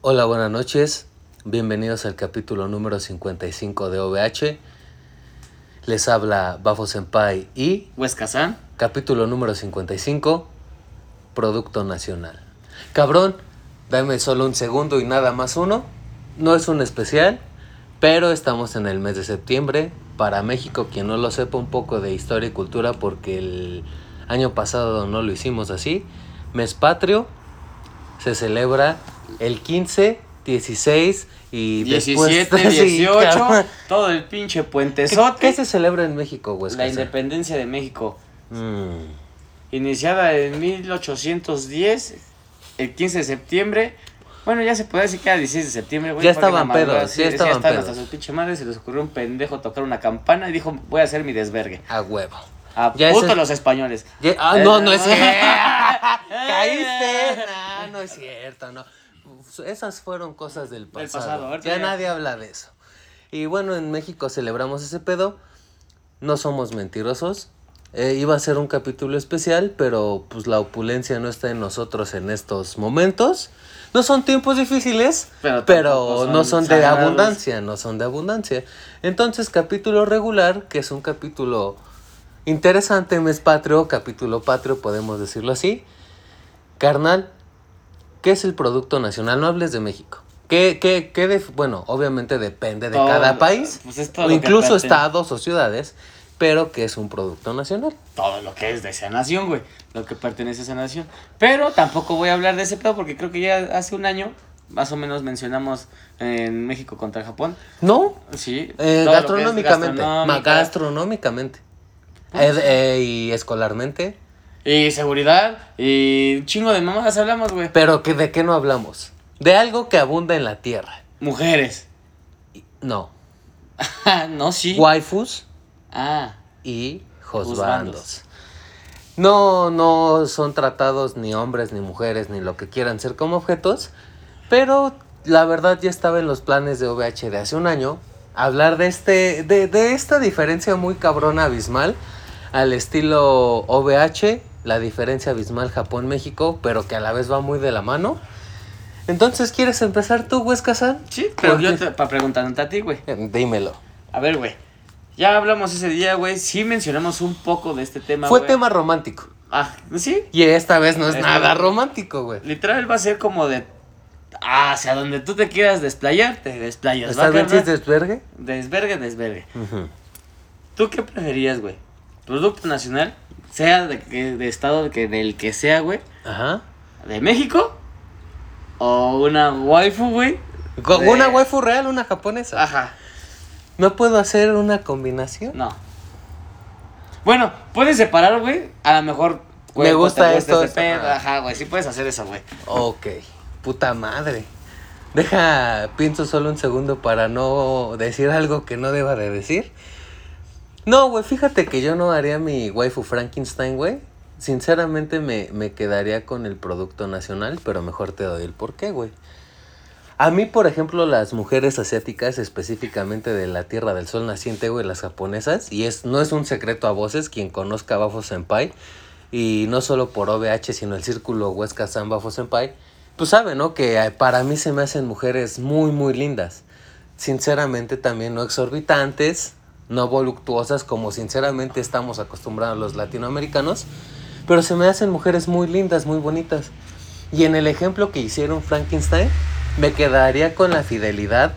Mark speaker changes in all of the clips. Speaker 1: Hola, buenas noches. Bienvenidos al capítulo número 55 de OVH. Les habla Bafo Senpai y
Speaker 2: Huesca San.
Speaker 1: capítulo número 55, Producto Nacional. Cabrón, dame solo un segundo y nada más uno. No es un especial, pero estamos en el mes de septiembre. Para México, quien no lo sepa, un poco de historia y cultura porque el año pasado no lo hicimos así. Mes patrio, se celebra el 15, 16 y después-
Speaker 2: 17,
Speaker 1: Sí,
Speaker 2: 18,
Speaker 1: cabrón.
Speaker 2: todo el pinche
Speaker 1: ¿Qué,
Speaker 2: puentezote.
Speaker 1: qué se celebra en México, güey?
Speaker 2: La independencia de México,
Speaker 1: Mm,
Speaker 2: iniciada en 1810, el 15 de septiembre. Bueno, ya se puede decir que era 16 de septiembre, güey.
Speaker 1: Ya
Speaker 2: porque
Speaker 1: estaban
Speaker 2: la madrugada,
Speaker 1: pedos,
Speaker 2: sí,
Speaker 1: ya estaban
Speaker 2: hasta
Speaker 1: pedos.
Speaker 2: su pinche madre, se les ocurrió un pendejo tocar una campana y dijo, voy a hacer mi desvergue.
Speaker 1: a huevo.
Speaker 2: A
Speaker 1: Ya
Speaker 2: puto
Speaker 1: ese-
Speaker 2: los españoles.
Speaker 1: Ya- ah, no, no es
Speaker 2: Eh,
Speaker 1: cierto. Caíste. No, no es cierto, no. Esas fueron cosas del pasado.
Speaker 2: pasado, ahorita
Speaker 1: ya,
Speaker 2: ya-
Speaker 1: nadie habla de eso. Y bueno, en México celebramos ese pedo. No somos mentirosos. Eh, iba a ser un capítulo especial, pero pues la opulencia no está en nosotros en estos momentos. No son tiempos difíciles, pero,
Speaker 2: Pero tampoco son
Speaker 1: no son de
Speaker 2: sagrados.
Speaker 1: abundancia, no son de abundancia. Entonces, capítulo regular, que es un capítulo Interesante mes patrio, capítulo patrio, podemos decirlo así. Carnal, ¿qué es el Producto Nacional? No hables de México. ¿Qué, qué, qué def- bueno, obviamente depende de
Speaker 2: Todo,
Speaker 1: cada país,
Speaker 2: pues es todo
Speaker 1: o
Speaker 2: lo que
Speaker 1: incluso
Speaker 2: traten.
Speaker 1: estados o ciudades, pero ¿qué es un Producto Nacional?
Speaker 2: todo lo que es de esa nación, güey. Lo que pertenece a esa nación. Pero tampoco voy a hablar de ese pedo porque creo que ya hace un año, más o menos, mencionamos en México contra Japón.
Speaker 1: ¿No?
Speaker 2: Sí.
Speaker 1: eh,
Speaker 2: todo lo que es
Speaker 1: gastronómicamente. ma-
Speaker 2: gastronómica. Ah,
Speaker 1: Gastronómicamente. Ed- eh, y escolarmente.
Speaker 2: Y seguridad. Y un chingo de mamadas hablamos, güey.
Speaker 1: Pero que, ¿de qué no hablamos? De algo que abunda en la tierra.
Speaker 2: Mujeres.
Speaker 1: No.
Speaker 2: no, sí.
Speaker 1: Waifus.
Speaker 2: Ah. pues
Speaker 1: y
Speaker 2: Juzbandos.
Speaker 1: josbandos. No, no son tratados ni hombres, ni mujeres, ni lo que quieran ser como objetos, pero la verdad ya estaba en los planes de OVH de hace un año hablar de, este, de, de esta diferencia muy cabrona abismal al estilo OVH, la diferencia abismal Japón-México, pero que a la vez va muy de la mano. Entonces, ¿quieres empezar tú, Huesca-san?
Speaker 2: Sí, pero
Speaker 1: ¿Por
Speaker 2: yo
Speaker 1: qué?
Speaker 2: te, para preguntarte a ti, güey.
Speaker 1: Eh, Dímelo.
Speaker 2: A ver, güey. Ya hablamos ese día, güey. Sí mencionamos un poco de este tema,
Speaker 1: Fue
Speaker 2: güey.
Speaker 1: tema romántico.
Speaker 2: Ah, sí.
Speaker 1: Y esta vez no es
Speaker 2: Esta
Speaker 1: nada
Speaker 2: vez-
Speaker 1: romántico, güey.
Speaker 2: Literal va a ser como de ah, hacia donde tú te quieras desplayar, te desplayas.
Speaker 1: ¿Estás
Speaker 2: ¿va,
Speaker 1: bien
Speaker 2: carnal?
Speaker 1: chiste, desvergue?
Speaker 2: Desvergue, desvergue. ¿Tú qué preferías, güey? ¿Producto nacional? Sea de, que- de estado que, del que sea, güey.
Speaker 1: Ajá.
Speaker 2: ¿De México? ¿O una waifu, güey?
Speaker 1: Con
Speaker 2: De-
Speaker 1: una waifu real, una japonesa.
Speaker 2: Ajá,
Speaker 1: ¿No puedo hacer una combinación?
Speaker 2: no. Bueno, puedes separar, güey. A lo mejor.
Speaker 1: Me
Speaker 2: cuerpo,
Speaker 1: gusta
Speaker 2: te
Speaker 1: esto,
Speaker 2: este
Speaker 1: esto,
Speaker 2: pedo,
Speaker 1: ah.
Speaker 2: Ajá, güey. Sí puedes hacer eso, güey.
Speaker 1: Ok. Puta madre. Deja, pienso solo un segundo para no decir algo que no deba de decir. No, güey, fíjate que yo no haría mi waifu Frankenstein, güey. Sinceramente me, me quedaría con el producto nacional, pero mejor te doy el porqué, güey. A mí, por ejemplo, las mujeres asiáticas, específicamente de la Tierra del Sol naciente, güey, las japonesas, y es, no es un secreto a voces, quien conozca a Bafo Senpai, y no solo por OVH, sino el círculo Huesca San Bafo Senpai, pues sabe, ¿no? Que eh, para mí se me hacen mujeres muy, muy lindas. Sinceramente también no exorbitantes, no voluptuosas como sinceramente estamos acostumbrados los latinoamericanos, pero se me hacen mujeres muy lindas, muy bonitas. Y en el ejemplo que hicieron Frankenstein, me quedaría con la fidelidad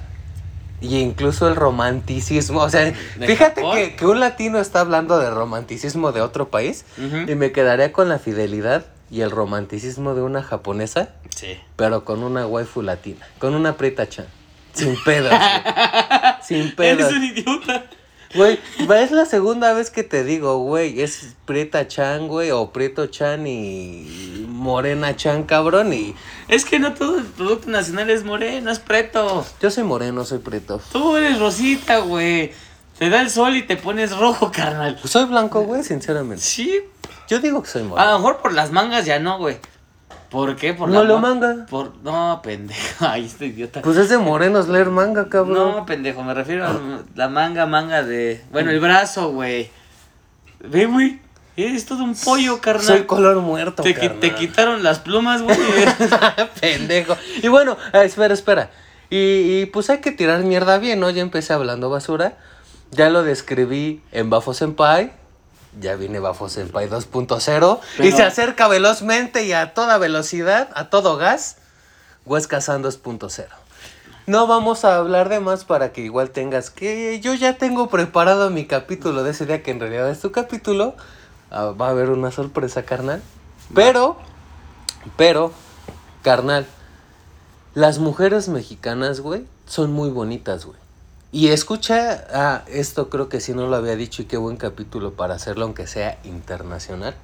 Speaker 1: y incluso el romanticismo. O sea, fíjate
Speaker 2: Japón?
Speaker 1: que, que un latino está hablando de romanticismo de otro país
Speaker 2: Ujú.
Speaker 1: y me quedaría con la fidelidad y el romanticismo de una japonesa,
Speaker 2: Sí.
Speaker 1: pero con una waifu latina, con una preta chan. Sin pedos. güey. Sin pedos.
Speaker 2: Eres un idiota.
Speaker 1: Güey, va- es la segunda vez que te digo, güey, es Prieta Chan, güey, o Prieto Chan y Morena Chan, cabrón, y
Speaker 2: Es que no todo el producto nacional es moreno, es preto.
Speaker 1: yo soy moreno, soy Prieto.
Speaker 2: Tú eres rosita, güey. Te da el sol y te pones rojo, carnal.
Speaker 1: Soy blanco, güey, sinceramente.
Speaker 2: Sí.
Speaker 1: Yo digo que soy
Speaker 2: A
Speaker 1: moreno.
Speaker 2: lo mejor por las mangas ya no, güey. ¿Por qué? Por
Speaker 1: No
Speaker 2: la
Speaker 1: leo
Speaker 2: ma-
Speaker 1: manga.
Speaker 2: Por... No, pendejo. Ay, este idiota.
Speaker 1: Pues es de morenos leer manga, cabrón.
Speaker 2: no, pendejo. Me refiero a la manga, manga de... Bueno, el brazo, güey. Ve, güey. Eres todo un pollo, carnal.
Speaker 1: Soy color muerto,
Speaker 2: te, qui- te
Speaker 1: carnal.
Speaker 2: quitaron las plumas, güey.
Speaker 1: Pendejo. Y bueno, ah, espera, espera. Y, y, pues hay que tirar mierda bien, ¿no? Ya empecé hablando basura. Ya lo describí en Bafo Senpai. Ya viene Bafo Senpai 2.0. Y
Speaker 2: Pero-
Speaker 1: se acerca velozmente y a toda velocidad, a todo gas, Huesca San 2.0. No vamos a hablar de más para que igual tengas que. Yo ya tengo preparado mi capítulo de ese día, que en realidad es tu capítulo. Ah, va a haber una sorpresa, carnal. Pero, pero, carnal, las mujeres mexicanas, güey, son muy bonitas, güey. Y escucha, ah, esto creo que sí no lo había dicho y qué buen capítulo para hacerlo, aunque sea internacional.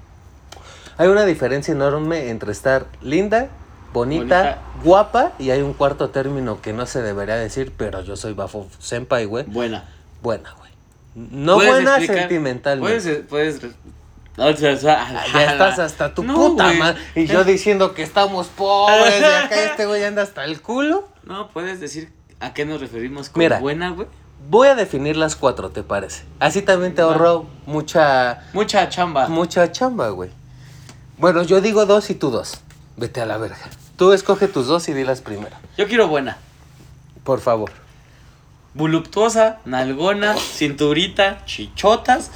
Speaker 1: Hay una diferencia enorme entre estar linda, bonita,
Speaker 2: Bonita.
Speaker 1: guapa y hay un cuarto término que no se debería decir, pero yo soy Bafo Senpai, güey.
Speaker 2: Buena.
Speaker 1: Buena, güey. No
Speaker 2: ¿Puedes
Speaker 1: buena
Speaker 2: explicar?
Speaker 1: sentimentalmente. Ah,
Speaker 2: Puedes. puedes... O sea, o sea,
Speaker 1: Ya estás hasta tu
Speaker 2: No,
Speaker 1: puta
Speaker 2: güey.
Speaker 1: madre. Y yo diciendo que estamos pobres. Y acá este güey anda hasta el culo.
Speaker 2: No, puedes decir a qué nos referimos con
Speaker 1: Mira.
Speaker 2: buena, güey.
Speaker 1: Voy a definir las cuatro, ¿te parece? Así también te
Speaker 2: Va.
Speaker 1: ahorro mucha,
Speaker 2: Mucha chamba.
Speaker 1: mucha chamba, güey. Bueno, yo digo dos y tú dos. Vete a la verga. Tú escoge tus dos y dilas primero.
Speaker 2: Yo quiero buena.
Speaker 1: Por favor.
Speaker 2: Voluptuosa, nalgona, cinturita, chichotas.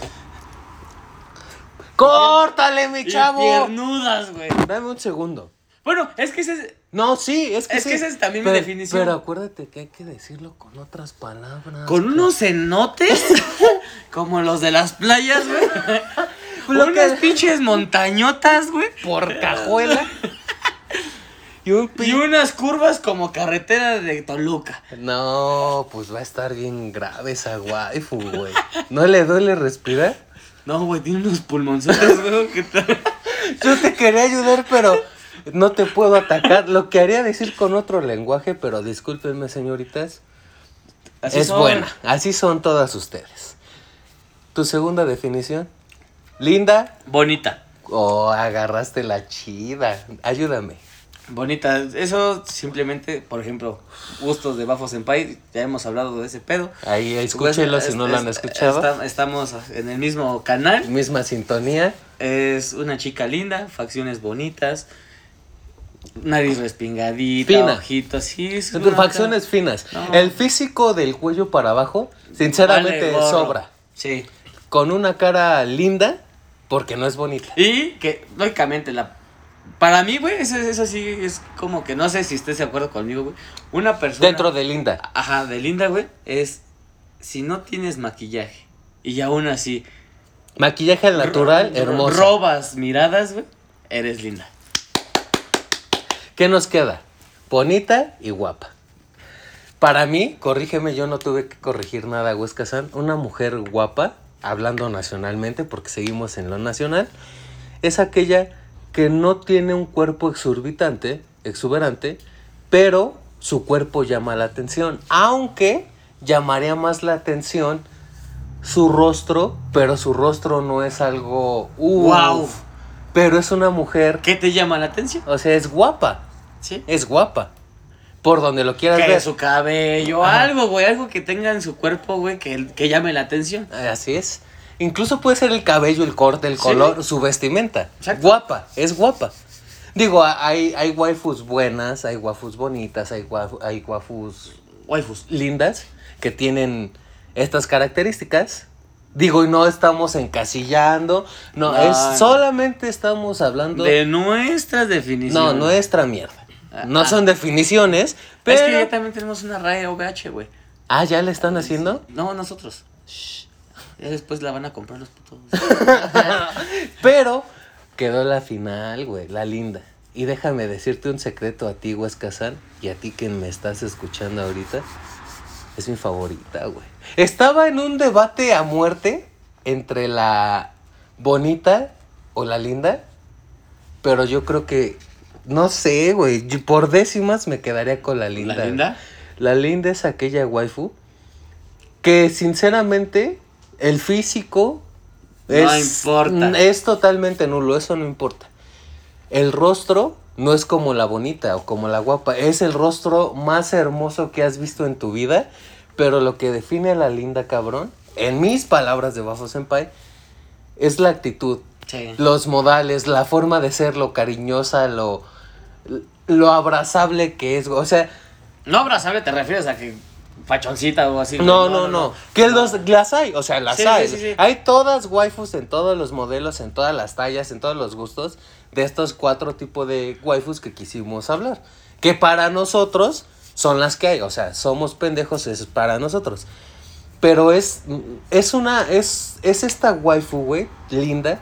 Speaker 1: ¡Córtale, mi
Speaker 2: y
Speaker 1: chavo!
Speaker 2: piernudas, güey.
Speaker 1: Dame un segundo.
Speaker 2: Bueno, es que ese es.
Speaker 1: No, sí, es que
Speaker 2: Es que
Speaker 1: sí.
Speaker 2: esa es también mi
Speaker 1: Pero-
Speaker 2: definición.
Speaker 1: Pero acuérdate que hay que decirlo con otras palabras.
Speaker 2: Con unos cenotes, como los de las playas, güey.
Speaker 1: Lo que-
Speaker 2: Unas pinches montañotas, güey.
Speaker 1: por cajuela. y un
Speaker 2: Y unas curvas como carretera de Toluca.
Speaker 1: No, pues va a estar bien grave esa waifu, güey. ¿No le duele respirar?
Speaker 2: No, güey, tiene unos pulmonzotes, güey. que tra-
Speaker 1: Yo te quería ayudar, pero no te puedo atacar. Lo que haría decir con otro lenguaje, pero discúlpenme, señoritas.
Speaker 2: Así
Speaker 1: es
Speaker 2: son.
Speaker 1: buena. Así son todas ustedes. Tu segunda definición. Linda
Speaker 2: Bonita.
Speaker 1: o agarraste la chida. Ayúdame.
Speaker 2: Bonita. Eso simplemente, por ejemplo, gustos de Bafo Senpai. Ya hemos hablado de ese pedo.
Speaker 1: Ahí escúchenlo si
Speaker 2: Pues, Es-
Speaker 1: no lo han
Speaker 2: es-
Speaker 1: escuchado.
Speaker 2: esta- estamos en el mismo canal.
Speaker 1: Misma sintonía.
Speaker 2: Es una chica linda, facciones bonitas, nariz respingadita,
Speaker 1: Fina.
Speaker 2: ojitos, sí. es
Speaker 1: Son
Speaker 2: una-
Speaker 1: facciones finas.
Speaker 2: No.
Speaker 1: El físico del cuello para abajo, sinceramente,
Speaker 2: Vale, gorro.
Speaker 1: sobra.
Speaker 2: Sí.
Speaker 1: Con una cara linda, porque no es bonita.
Speaker 2: Y que, lógicamente, la. Para mí, güey, eso, eso sí es como que no sé si estés de acuerdo conmigo, güey. Una persona.
Speaker 1: Dentro de linda.
Speaker 2: Ajá, de linda, güey, es. Si no tienes maquillaje y aún así.
Speaker 1: Maquillaje al natural,
Speaker 2: ro-
Speaker 1: hermoso.
Speaker 2: Robas miradas, güey, eres linda.
Speaker 1: ¿Qué nos queda? Bonita y guapa. Para mí, corrígeme, yo no tuve que corregir nada, Huesca San. Una mujer guapa, hablando nacionalmente, porque seguimos en lo nacional, es aquella que no tiene un cuerpo exorbitante, exuberante, pero su cuerpo llama la atención. Aunque llamaría más la atención su rostro, pero su rostro no es algo. uf,
Speaker 2: Guau.
Speaker 1: Pero es una mujer.
Speaker 2: ¿Qué te llama la atención?
Speaker 1: O sea, es guapa
Speaker 2: Sí.
Speaker 1: es guapa. Por donde lo quieras
Speaker 2: Que
Speaker 1: ver.
Speaker 2: su cabello,
Speaker 1: Ajá.
Speaker 2: algo, güey, algo que tenga en su cuerpo, güey, que, que llame la atención.
Speaker 1: Eh, Así es. Incluso puede ser el cabello, el corte, el
Speaker 2: Sí.
Speaker 1: color, su vestimenta.
Speaker 2: Exacto.
Speaker 1: Guapa, es guapa. Digo, a- hay, hay waifus buenas, hay waifus bonitas, hay, waif- hay waifus
Speaker 2: Waifus.
Speaker 1: lindas que tienen estas características. Digo, y no estamos encasillando, no,
Speaker 2: No,
Speaker 1: es
Speaker 2: no.
Speaker 1: solamente estamos hablando
Speaker 2: De nuestras definiciones.
Speaker 1: no, nuestra mierda. No
Speaker 2: Ah.
Speaker 1: son definiciones,
Speaker 2: Es
Speaker 1: pero
Speaker 2: que ya también tenemos una raya OVH, güey.
Speaker 1: Ah, ya le están haciendo.
Speaker 2: No, nosotros. Shh. Ya después la van a comprar los putos.
Speaker 1: Pero quedó la final, güey, la linda. Y déjame decirte un secreto a ti, Huescazán, y a ti que me estás escuchando ahorita. Es mi favorita, güey. Estaba en un debate a muerte entre la bonita o la linda, pero yo creo que, no sé, güey, yo por décimas me quedaría con la linda.
Speaker 2: ¿La linda?
Speaker 1: La linda es aquella waifu que sinceramente el físico
Speaker 2: No importa.
Speaker 1: Es totalmente nulo, eso no importa. El rostro no es como la bonita o como la guapa, es el rostro más hermoso que has visto en tu vida, pero lo que define a la linda cabrón, en mis palabras de Bafo Senpai, es la actitud,
Speaker 2: Sí.
Speaker 1: los modales, la forma de ser, lo cariñosa, lo, lo abrazable que es. güey. O sea,
Speaker 2: No abrazable te refieres a que fachoncita o así. güey.
Speaker 1: no, no, no. Que los- las hay, o sea, las
Speaker 2: Sí, sí,
Speaker 1: hay.
Speaker 2: sí, sí.
Speaker 1: Hay todas waifus en todos los modelos, en todas las tallas, en todos los gustos de estos cuatro tipos de waifus que quisimos hablar. Que para nosotros son las que hay, o sea, somos pendejos, es para nosotros. Pero es, es una, es, es esta waifu, güey, linda.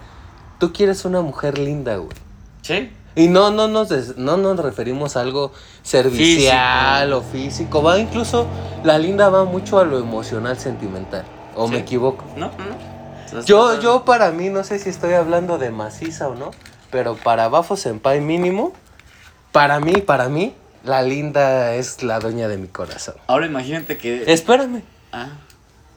Speaker 1: Tú quieres una mujer linda, güey.
Speaker 2: Sí.
Speaker 1: Y no, no nos, des- no nos referimos a algo servicial o físico. Va incluso, la linda va mucho a lo emocional, sentimental. O me
Speaker 2: Sí.
Speaker 1: equivoco.
Speaker 2: No, no, no. Entonces, pues,
Speaker 1: Yo,
Speaker 2: no,
Speaker 1: yo para mí, no sé si estoy hablando de maciza o no, pero para Bafo Senpai mínimo, para mí, para mí, la linda es la dueña de mi corazón.
Speaker 2: Ahora imagínate que.
Speaker 1: Espérame,
Speaker 2: Ah,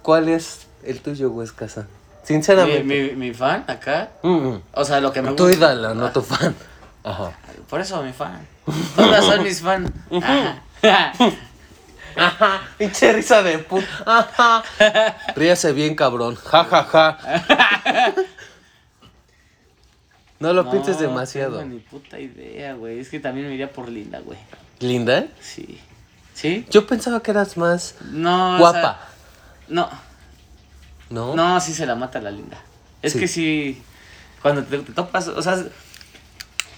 Speaker 1: ¿cuál es el tuyo, Huescasa?
Speaker 2: mi,
Speaker 1: Sinceramente.
Speaker 2: mi, mi fan acá.
Speaker 1: Mm,
Speaker 2: O sea, lo que me
Speaker 1: mm. Tú
Speaker 2: gusta.
Speaker 1: ídala, no tu fan. Ajá.
Speaker 2: Por eso mi fan. Todas son mis fan. Ah. Ajá.
Speaker 1: Ajá, pinche risa de puta. Ajá. Ríase bien, cabrón. Ja, ja, ja. No lo pienses
Speaker 2: No,
Speaker 1: demasiado.
Speaker 2: tengo ni puta idea, güey. Es que también me iría por linda, güey.
Speaker 1: Linda, ¿eh?
Speaker 2: Sí. ¿Sí?
Speaker 1: Yo pensaba que eras más
Speaker 2: No. o
Speaker 1: guapa.
Speaker 2: sea, no.
Speaker 1: ¿No?
Speaker 2: No, sí se la mata la linda. Es
Speaker 1: Sí.
Speaker 2: que sí. Cuando te, te topas, o sea.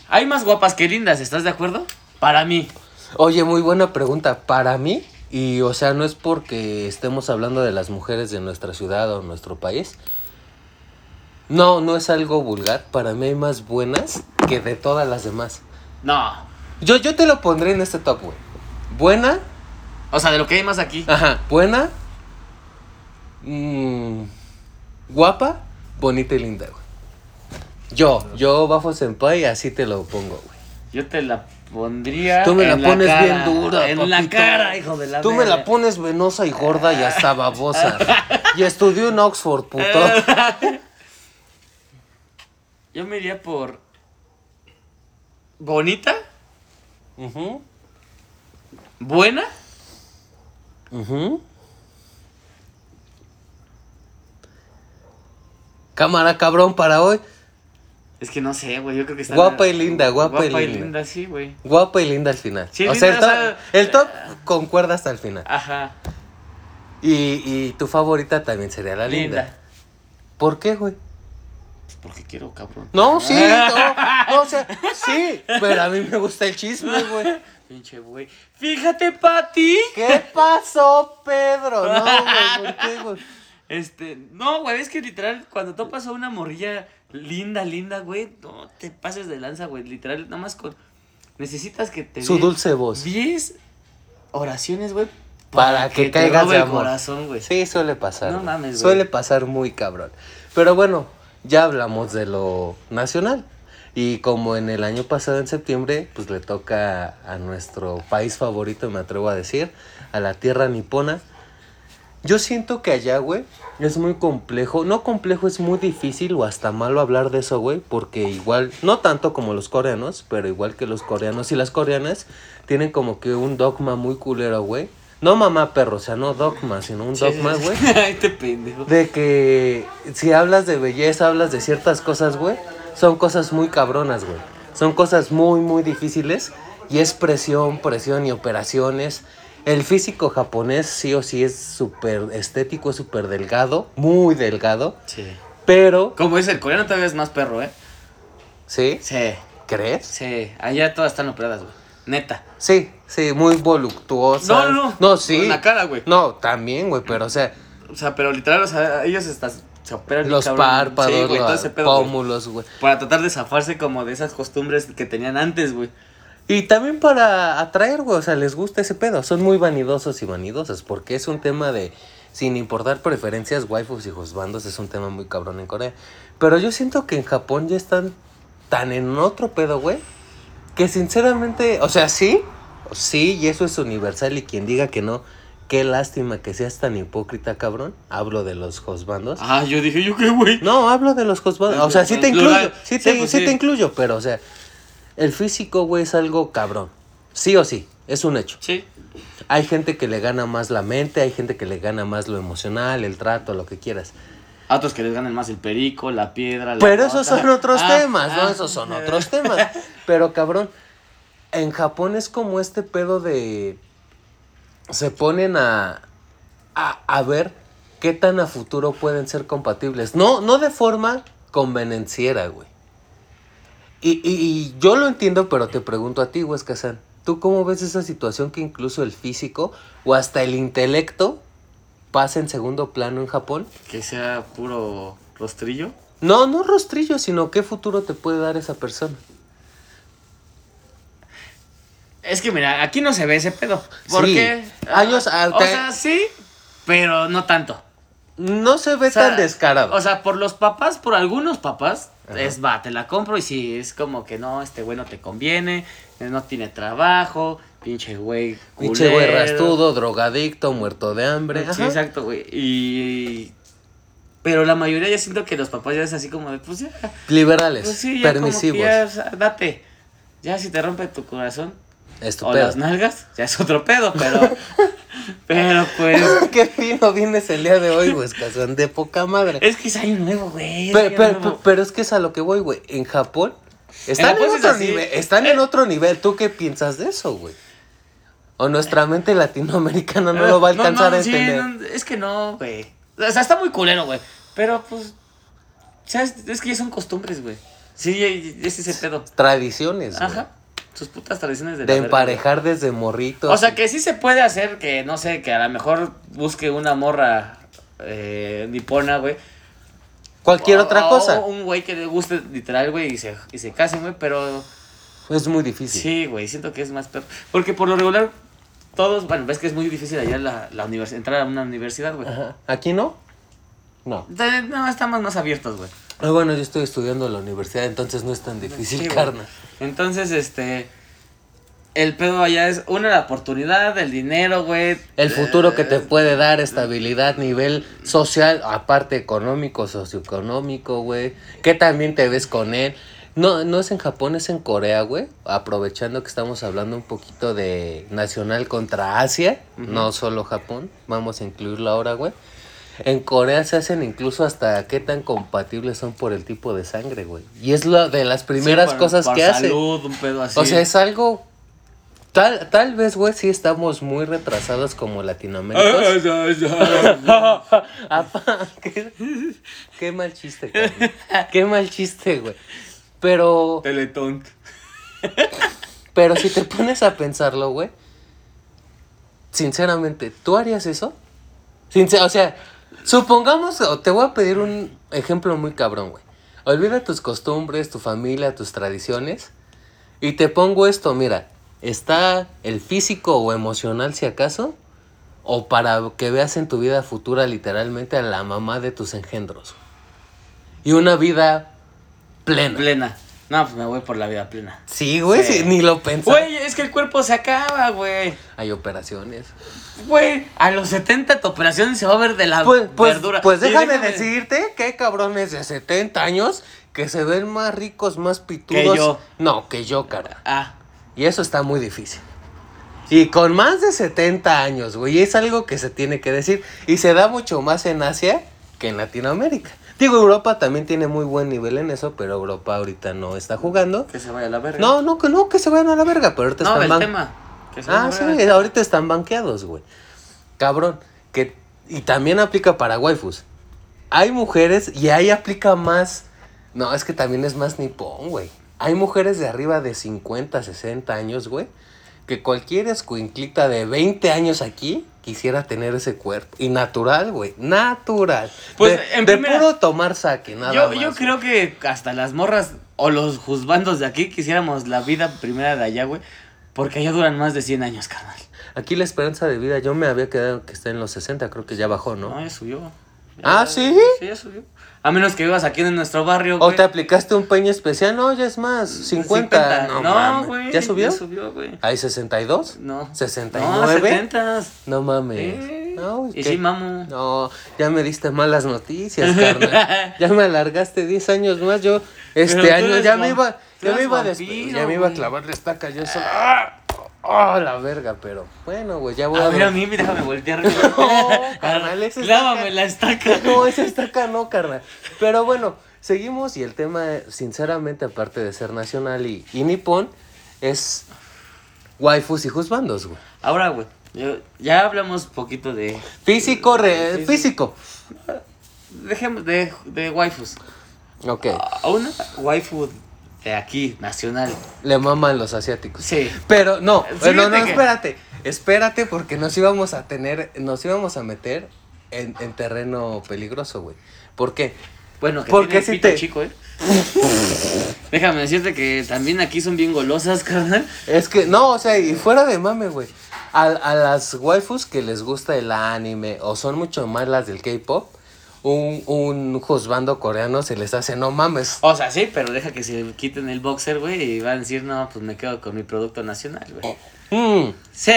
Speaker 2: Hay más guapas que lindas, ¿estás de acuerdo? Para mí.
Speaker 1: Oye, muy buena pregunta. Para mí, y o sea, no es porque estemos hablando de las mujeres de nuestra ciudad o nuestro país. No, no es algo vulgar. Para mí hay más buenas que de todas las demás.
Speaker 2: No.
Speaker 1: Yo, yo te lo pondré en este top, güey. Buena,
Speaker 2: O sea, de lo que hay más aquí.
Speaker 1: Ajá, buena, mm, guapa, bonita y linda, güey. Yo, yo, Bafo Senpai, así te lo pongo, güey.
Speaker 2: Yo te la pondría.
Speaker 1: Tú me la
Speaker 2: en
Speaker 1: pones
Speaker 2: cara,
Speaker 1: bien dura,
Speaker 2: En la
Speaker 1: papito.
Speaker 2: cara, hijo de la
Speaker 1: Tú me la
Speaker 2: verga.
Speaker 1: pones venosa y gorda y hasta babosa. y estudió en Oxford, puto.
Speaker 2: Yo me iría por. Bonita,
Speaker 1: Ujú,
Speaker 2: buena
Speaker 1: ujú. Cámara cabrón para hoy.
Speaker 2: Es que no sé, güey. Yo creo que está.
Speaker 1: Guapa y linda, guapa y
Speaker 2: y
Speaker 1: linda.
Speaker 2: linda, sí, güey.
Speaker 1: Guapa y linda al final.
Speaker 2: Sí,
Speaker 1: o sea, el
Speaker 2: linda, o
Speaker 1: top,
Speaker 2: sea,
Speaker 1: el top concuerda hasta el final.
Speaker 2: Ajá.
Speaker 1: Y, y tu favorita también sería la linda.
Speaker 2: Linda.
Speaker 1: ¿Por qué, güey?
Speaker 2: Pues porque quiero, cabrón.
Speaker 1: No, sí, no, no, o sea, sí, pero a mí me gusta el chisme, güey.
Speaker 2: Pinche, güey. Fíjate, Pati.
Speaker 1: ¿Qué pasó, Pedro? No, güey, ¿por qué, güey?
Speaker 2: Este, no, güey, es que literal, cuando topas a una morrilla linda, linda, güey, no te pases de lanza, güey. Literal, nada más con. Necesitas que te.
Speaker 1: Su
Speaker 2: dé
Speaker 1: dulce voz.
Speaker 2: 10 oraciones, güey.
Speaker 1: Para que
Speaker 2: te
Speaker 1: caigas
Speaker 2: robe
Speaker 1: de
Speaker 2: el
Speaker 1: amor.
Speaker 2: corazón, güey.
Speaker 1: Sí, suele pasar.
Speaker 2: No
Speaker 1: güey.
Speaker 2: mames, güey.
Speaker 1: Suele pasar muy cabrón. Pero bueno, ya hablamos de lo nacional. Y como en el año pasado, en septiembre, pues le toca a nuestro país favorito, me atrevo a decir, a la tierra nipona. Yo siento que allá, güey, es muy complejo. No complejo, es muy difícil o hasta malo hablar de eso, güey. Porque igual, no tanto como los coreanos, pero igual que los coreanos y las coreanas, tienen como que un dogma muy culero, güey. No mamá perro, o sea, no dogma, sino un
Speaker 2: Sí, sí,
Speaker 1: dogma,
Speaker 2: sí.
Speaker 1: güey.
Speaker 2: Ay, te pendejo.
Speaker 1: De que si hablas de belleza, hablas de ciertas cosas, güey, son cosas muy cabronas, güey. Son cosas muy, muy difíciles y es presión, presión y operaciones. El físico japonés sí o sí es súper estético, es súper delgado, muy delgado,
Speaker 2: Sí.
Speaker 1: pero...
Speaker 2: Como dice el coreano, todavía es más perro, ¿eh?
Speaker 1: ¿Sí?
Speaker 2: Sí,
Speaker 1: ¿Crees?
Speaker 2: sí. Allá todas están operadas, güey. Neta.
Speaker 1: Sí, sí, muy voluptuoso.
Speaker 2: No, no, no.
Speaker 1: No, sí.
Speaker 2: En la cara, güey.
Speaker 1: No, también, güey, pero o sea,
Speaker 2: O sea, pero literal, o sea, ellos hasta se operan bien
Speaker 1: los
Speaker 2: cabrón.
Speaker 1: párpados,
Speaker 2: Sí, güey, todo
Speaker 1: los
Speaker 2: ese pedo, güey.
Speaker 1: pómulos, güey.
Speaker 2: Para tratar de zafarse como de esas costumbres que tenían antes, güey.
Speaker 1: Y también para atraer, güey, o sea, les gusta ese pedo. Son muy vanidosos y vanidosas, porque es un tema de, sin importar preferencias, waifus y juzbandos, es un tema muy cabrón en Corea. Pero yo siento que en Japón ya están tan en otro pedo, güey, que sinceramente, o sea, sí, sí, y eso es universal, y quien diga que no, qué lástima que seas tan hipócrita, cabrón. Hablo de los juzbandos.
Speaker 2: Ah, yo dije, ¿yo qué, güey?
Speaker 1: No, hablo de los cosmodos. O sea, sí te
Speaker 2: En
Speaker 1: incluyo.
Speaker 2: plural.
Speaker 1: Sí
Speaker 2: Sí,
Speaker 1: te,
Speaker 2: pues,
Speaker 1: sí
Speaker 2: sí.
Speaker 1: te incluyo, pero, o sea, el físico, güey, es algo cabrón. Sí o sí, es un hecho.
Speaker 2: Sí.
Speaker 1: Hay gente que le gana más la mente, hay gente que le gana más lo emocional, el trato, lo que quieras.
Speaker 2: A otros que les ganan más el perico, la piedra, la
Speaker 1: Pero
Speaker 2: mota.
Speaker 1: esos son otros
Speaker 2: Ah,
Speaker 1: temas, ¿no?
Speaker 2: ah,
Speaker 1: Esos son
Speaker 2: ah.
Speaker 1: otros temas. Pero cabrón, en Japón es como este pedo de. Se ponen a. a, a ver qué tan a futuro pueden ser compatibles. No, no de forma convenenciera, güey. Y, y- y yo lo entiendo, pero te pregunto a ti, güey, Kazan. ¿Tú cómo ves esa situación que incluso el físico o hasta el intelecto pasa en segundo plano en Japón?
Speaker 2: Que sea puro rostrillo.
Speaker 1: No, no rostrillo, sino qué futuro te puede dar esa persona.
Speaker 2: Es que mira, aquí no se ve ese pedo. ¿Por
Speaker 1: Sí.
Speaker 2: qué?
Speaker 1: Años
Speaker 2: Ah,
Speaker 1: al-
Speaker 2: O sea, sí, pero no tanto.
Speaker 1: No se ve
Speaker 2: O sea,
Speaker 1: tan descarado.
Speaker 2: O sea, por los papás, por algunos papás, es va, te la compro y si es como que no, este güey no te conviene, eh, no tiene trabajo, pinche güey.
Speaker 1: Pinche güey
Speaker 2: culero.
Speaker 1: rastudo, drogadicto, muerto de hambre.
Speaker 2: Sí,
Speaker 1: ajá.
Speaker 2: exacto, güey. Y. Pero la mayoría ya siento que los papás ya es así como de, pues ya,
Speaker 1: Liberales,
Speaker 2: pues sí, ya como que
Speaker 1: permisivos.
Speaker 2: ya, o sea, date. Ya si te rompe tu corazón o
Speaker 1: Estupendo.
Speaker 2: las nalgas, ya es otro pedo, pero. pero pues.
Speaker 1: qué fino vienes el día de hoy, güey, Escazón, de poca madre.
Speaker 2: Es que es año nuevo, güey. es
Speaker 1: Pe-
Speaker 2: año
Speaker 1: pe- pe-
Speaker 2: nuevo.
Speaker 1: pero es que es a lo que voy, güey. En Japón están en,
Speaker 2: Japón sí es
Speaker 1: otro
Speaker 2: así. Eh.
Speaker 1: nivel. Están en otro nivel. ¿Tú qué piensas de eso, güey? O nuestra mente latinoamericana no lo va a alcanzar
Speaker 2: Eh, no,
Speaker 1: a
Speaker 2: sí,
Speaker 1: entender.
Speaker 2: no, es que no, güey. O sea, está muy culero, güey. Pero pues. ¿sabes? Es que ya son costumbres, güey. Sí, y- y- es ese pedo.
Speaker 1: Tradiciones, güey.
Speaker 2: Ajá. Sus putas tradiciones de. la
Speaker 1: De
Speaker 2: verga, güey.
Speaker 1: emparejar desde morritos.
Speaker 2: O sea, que sí se puede hacer que, no sé, que a lo mejor busque una morra eh, nipona, güey.
Speaker 1: Cualquier
Speaker 2: O-
Speaker 1: otra
Speaker 2: o
Speaker 1: cosa.
Speaker 2: Un güey que le guste literal, güey, y se, y se casen, güey, pero.
Speaker 1: Es muy difícil.
Speaker 2: Sí, güey, siento que es más peor. Porque por lo regular, todos, bueno, ves que es muy difícil allá la, la univers- entrar a una universidad, güey.
Speaker 1: Ajá. ¿Aquí no? No.
Speaker 2: De- No, estamos más abiertos, güey.
Speaker 1: Ah, bueno, yo estoy estudiando en la universidad, entonces no es tan difícil,
Speaker 2: Sí, güey.
Speaker 1: carnal.
Speaker 2: Entonces, este. El pedo allá es una la oportunidad, el dinero, güey.
Speaker 1: El futuro que te
Speaker 2: Eh,
Speaker 1: puede dar estabilidad, nivel social, aparte económico, socioeconómico, güey. Que también te ves con él. No, no es en Japón, es en Corea, güey. Aprovechando que estamos hablando un poquito de nacional contra Asia, no solo Japón. Vamos a incluirlo ahora, güey. En Corea se hacen incluso hasta qué tan compatibles son por el tipo de sangre, güey. Y es la de las primeras
Speaker 2: sí, por-
Speaker 1: cosas
Speaker 2: por
Speaker 1: que hacen.
Speaker 2: salud, un pedo así.
Speaker 1: O sea, es algo. Tal, tal vez, güey, sí estamos muy retrasados como
Speaker 2: Ah,
Speaker 1: latinoamericanos. Apa, Ah, qué, qué mal chiste, cabrón. Qué mal chiste, güey. Pero,
Speaker 2: Teletón.
Speaker 1: pero si te pones a pensarlo, güey. Sinceramente, ¿tú harías eso? Sincer- o sea, supongamos, o te voy a pedir un ejemplo muy cabrón, güey. Olvida tus costumbres, tu familia, tus tradiciones. Y te pongo esto, mira, está el físico o emocional si acaso, o para que veas en tu vida futura literalmente a la mamá de tus engendros. Y una vida plena.
Speaker 2: Plena. No, pues me voy por la vida plena.
Speaker 1: sí, güey,
Speaker 2: Sí.
Speaker 1: sí, ni lo pensaba.
Speaker 2: Güey, es que el cuerpo se acaba, güey.
Speaker 1: Hay operaciones.
Speaker 2: Güey, a los 70 tu operación se va a ver de la
Speaker 1: Pues, pues,
Speaker 2: verdura.
Speaker 1: pues
Speaker 2: Sí,
Speaker 1: déjame, decirte que hay cabrones de 70 años que se ven más ricos, más pitudos.
Speaker 2: Que yo.
Speaker 1: No, que yo, cara.
Speaker 2: Ah,
Speaker 1: Y eso está muy difícil. Y con más de 70 años, güey, es algo que se tiene que decir. Y se da mucho más en Asia que en Latinoamérica. Digo, Europa también tiene muy buen nivel en eso, pero Europa ahorita no está jugando.
Speaker 2: que se vaya a la verga.
Speaker 1: No, no, que no, que se vayan a la verga, pero ahorita
Speaker 2: no,
Speaker 1: están
Speaker 2: el
Speaker 1: ban-
Speaker 2: tema. Que se vaya a
Speaker 1: Ah,
Speaker 2: la
Speaker 1: sí,
Speaker 2: verga.
Speaker 1: ahorita están banqueados, güey. Cabrón, que y también aplica para waifus. Hay mujeres y ahí aplica más. No, es que también es más nipón, güey. Hay mujeres de arriba de 50, 60 años, güey, que cualquier escuinclita de 20 años aquí quisiera tener ese cuerpo. Y natural, güey, natural.
Speaker 2: Pues,
Speaker 1: de,
Speaker 2: en
Speaker 1: de
Speaker 2: primera-
Speaker 1: puro tomar saque, nada
Speaker 2: yo,
Speaker 1: más.
Speaker 2: yo creo que hasta las morras o los juzbandos de aquí quisiéramos la vida primera de allá, güey. Porque allá duran más de 100 años, carnal.
Speaker 1: Aquí la esperanza de vida, yo me había quedado que está en los 60, creo que ya bajó, ¿no?
Speaker 2: No, ya subió.
Speaker 1: Ah,
Speaker 2: Ya-
Speaker 1: ¿sí?
Speaker 2: Sí, ya subió. A menos que vivas aquí en nuestro barrio,
Speaker 1: O
Speaker 2: güey. Mm,
Speaker 1: te aplicaste un peño especial, no, ya es más, 50. No,
Speaker 2: No,
Speaker 1: mames.
Speaker 2: güey.
Speaker 1: ¿Ya subió?
Speaker 2: Ya subió, güey.
Speaker 1: ¿Hay 62?
Speaker 2: No.
Speaker 1: 69.
Speaker 2: No, 70.
Speaker 1: No, mames.
Speaker 2: Eh,
Speaker 1: No,
Speaker 2: y
Speaker 1: ¿qué?
Speaker 2: sí, mamo.
Speaker 1: No, ya me diste malas noticias, carnal. ya me alargaste 10 años más. Yo este
Speaker 2: Pero tú
Speaker 1: año
Speaker 2: eres
Speaker 1: ya me
Speaker 2: vam-
Speaker 1: iba
Speaker 2: tú
Speaker 1: ya me
Speaker 2: eres
Speaker 1: iba a des-
Speaker 2: vampiro,
Speaker 1: ya me iba a
Speaker 2: güey. Ah.
Speaker 1: clavar la estaca yo solo. Oh, la verga, pero bueno, güey, ya voy a.
Speaker 2: A ver,
Speaker 1: dor-
Speaker 2: Ah, a mí, déjame voltear.
Speaker 1: No, carnal, esa
Speaker 2: Lávame la estaca.
Speaker 1: No, esa estaca no, carnal. Pero bueno, seguimos y el tema, sinceramente, aparte de ser nacional y, y nipón, es waifus y juzbandos, güey.
Speaker 2: Ahora, güey, yo- ya hablamos poquito de...
Speaker 1: Físico, re-
Speaker 2: Sí, sí.
Speaker 1: físico.
Speaker 2: Dejemos de, de waifus.
Speaker 1: Ok,
Speaker 2: A una waifu de aquí, nacional.
Speaker 1: le maman los asiáticos.
Speaker 2: Sí.
Speaker 1: Pero no, eh,
Speaker 2: Sí,
Speaker 1: no, no,
Speaker 2: fíjate que-
Speaker 1: espérate. Espérate porque nos íbamos a tener, nos íbamos a meter en, en terreno peligroso, güey. ¿Por qué?
Speaker 2: Bueno, que
Speaker 1: Porque
Speaker 2: tiene
Speaker 1: si
Speaker 2: pito
Speaker 1: te-
Speaker 2: chico, ¿eh? Déjame decirte que también aquí son bien golosas, carnal.
Speaker 1: Es que, no, o sea, y fuera de mame, güey. A, a las waifus que les gusta el anime o son mucho más las del K-pop, un, un juzbando coreano se les hace, no mames.
Speaker 2: O sea, sí, pero deja que se quiten el boxer, güey, y van a decir, no, pues me quedo con mi producto nacional, güey.
Speaker 1: Mm,
Speaker 2: Sí.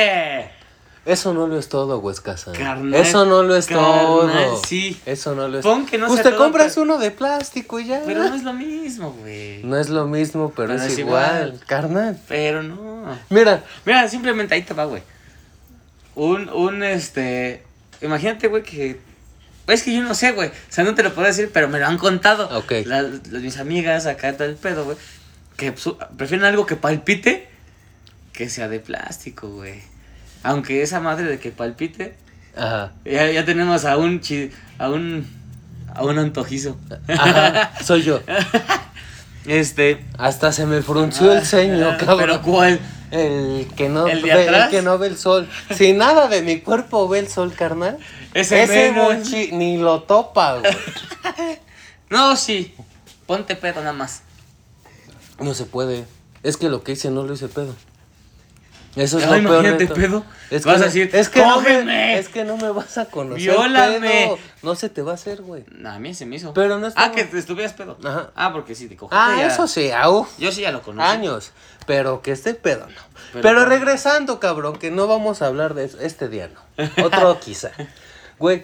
Speaker 1: eso no lo es todo, Huescasa.
Speaker 2: Carnal,
Speaker 1: Eso no lo es
Speaker 2: carnal,
Speaker 1: todo.
Speaker 2: sí.
Speaker 1: Eso no lo es
Speaker 2: Pon que no
Speaker 1: Pues
Speaker 2: sea
Speaker 1: te
Speaker 2: todo,
Speaker 1: compras
Speaker 2: pero-
Speaker 1: uno de plástico y ya.
Speaker 2: Pero no es lo mismo, güey.
Speaker 1: No es lo mismo, pero, es, igual, carnal.
Speaker 2: Pero no.
Speaker 1: Mira,
Speaker 2: Mira, simplemente ahí te va, güey. Un, un, este... Imagínate, güey, que... Es que yo no sé, güey. O sea, no te lo puedo decir, pero me lo han contado.
Speaker 1: Ok.
Speaker 2: La- las- mis amigas acá, todo el pedo, güey. Que su- prefieren algo que palpite que sea de plástico, güey. Aunque esa madre de que palpite...
Speaker 1: ajá,
Speaker 2: Ya, ya tenemos a un, chi- a un... A un antojizo.
Speaker 1: ajá, soy yo.
Speaker 2: Este...
Speaker 1: Hasta se me frunció el ceño, cabrón.
Speaker 2: Ah, Pero ¿cuál?
Speaker 1: El que no
Speaker 2: ¿El de
Speaker 1: ve, el
Speaker 2: atrás?
Speaker 1: que no ve el sol. Si nada de mi cuerpo ve el sol, carnal.
Speaker 2: Ese menos.
Speaker 1: mochi ni lo topa, güey.
Speaker 2: No, sí. Ponte pedo nada más.
Speaker 1: No se puede. Es que lo que hice no lo hice pedo. Eso es
Speaker 2: Ay,
Speaker 1: lo peor. de
Speaker 2: imagínate
Speaker 1: todo.
Speaker 2: pedo.
Speaker 1: Es que
Speaker 2: Vas a
Speaker 1: no-
Speaker 2: decir,
Speaker 1: es que, no me,
Speaker 2: "Cógeme".
Speaker 1: es que no me vas a conocer.
Speaker 2: Viólame.
Speaker 1: pedo. No se te va a hacer, güey.
Speaker 2: No, a mí se me hizo.
Speaker 1: Pero no
Speaker 2: Ah,
Speaker 1: estaba-
Speaker 2: que te estuvieras pedo.
Speaker 1: Ajá.
Speaker 2: Ah, porque sí, te cogiste.
Speaker 1: Ah,
Speaker 2: ya-
Speaker 1: eso sí, ah, uf.
Speaker 2: Yo sí ya lo conozco.
Speaker 1: años, pero que esté pedo no. Pero,
Speaker 2: Pero-
Speaker 1: regresando, cabrón, que no vamos a hablar de eso, este día no. Otro quizá. Güey,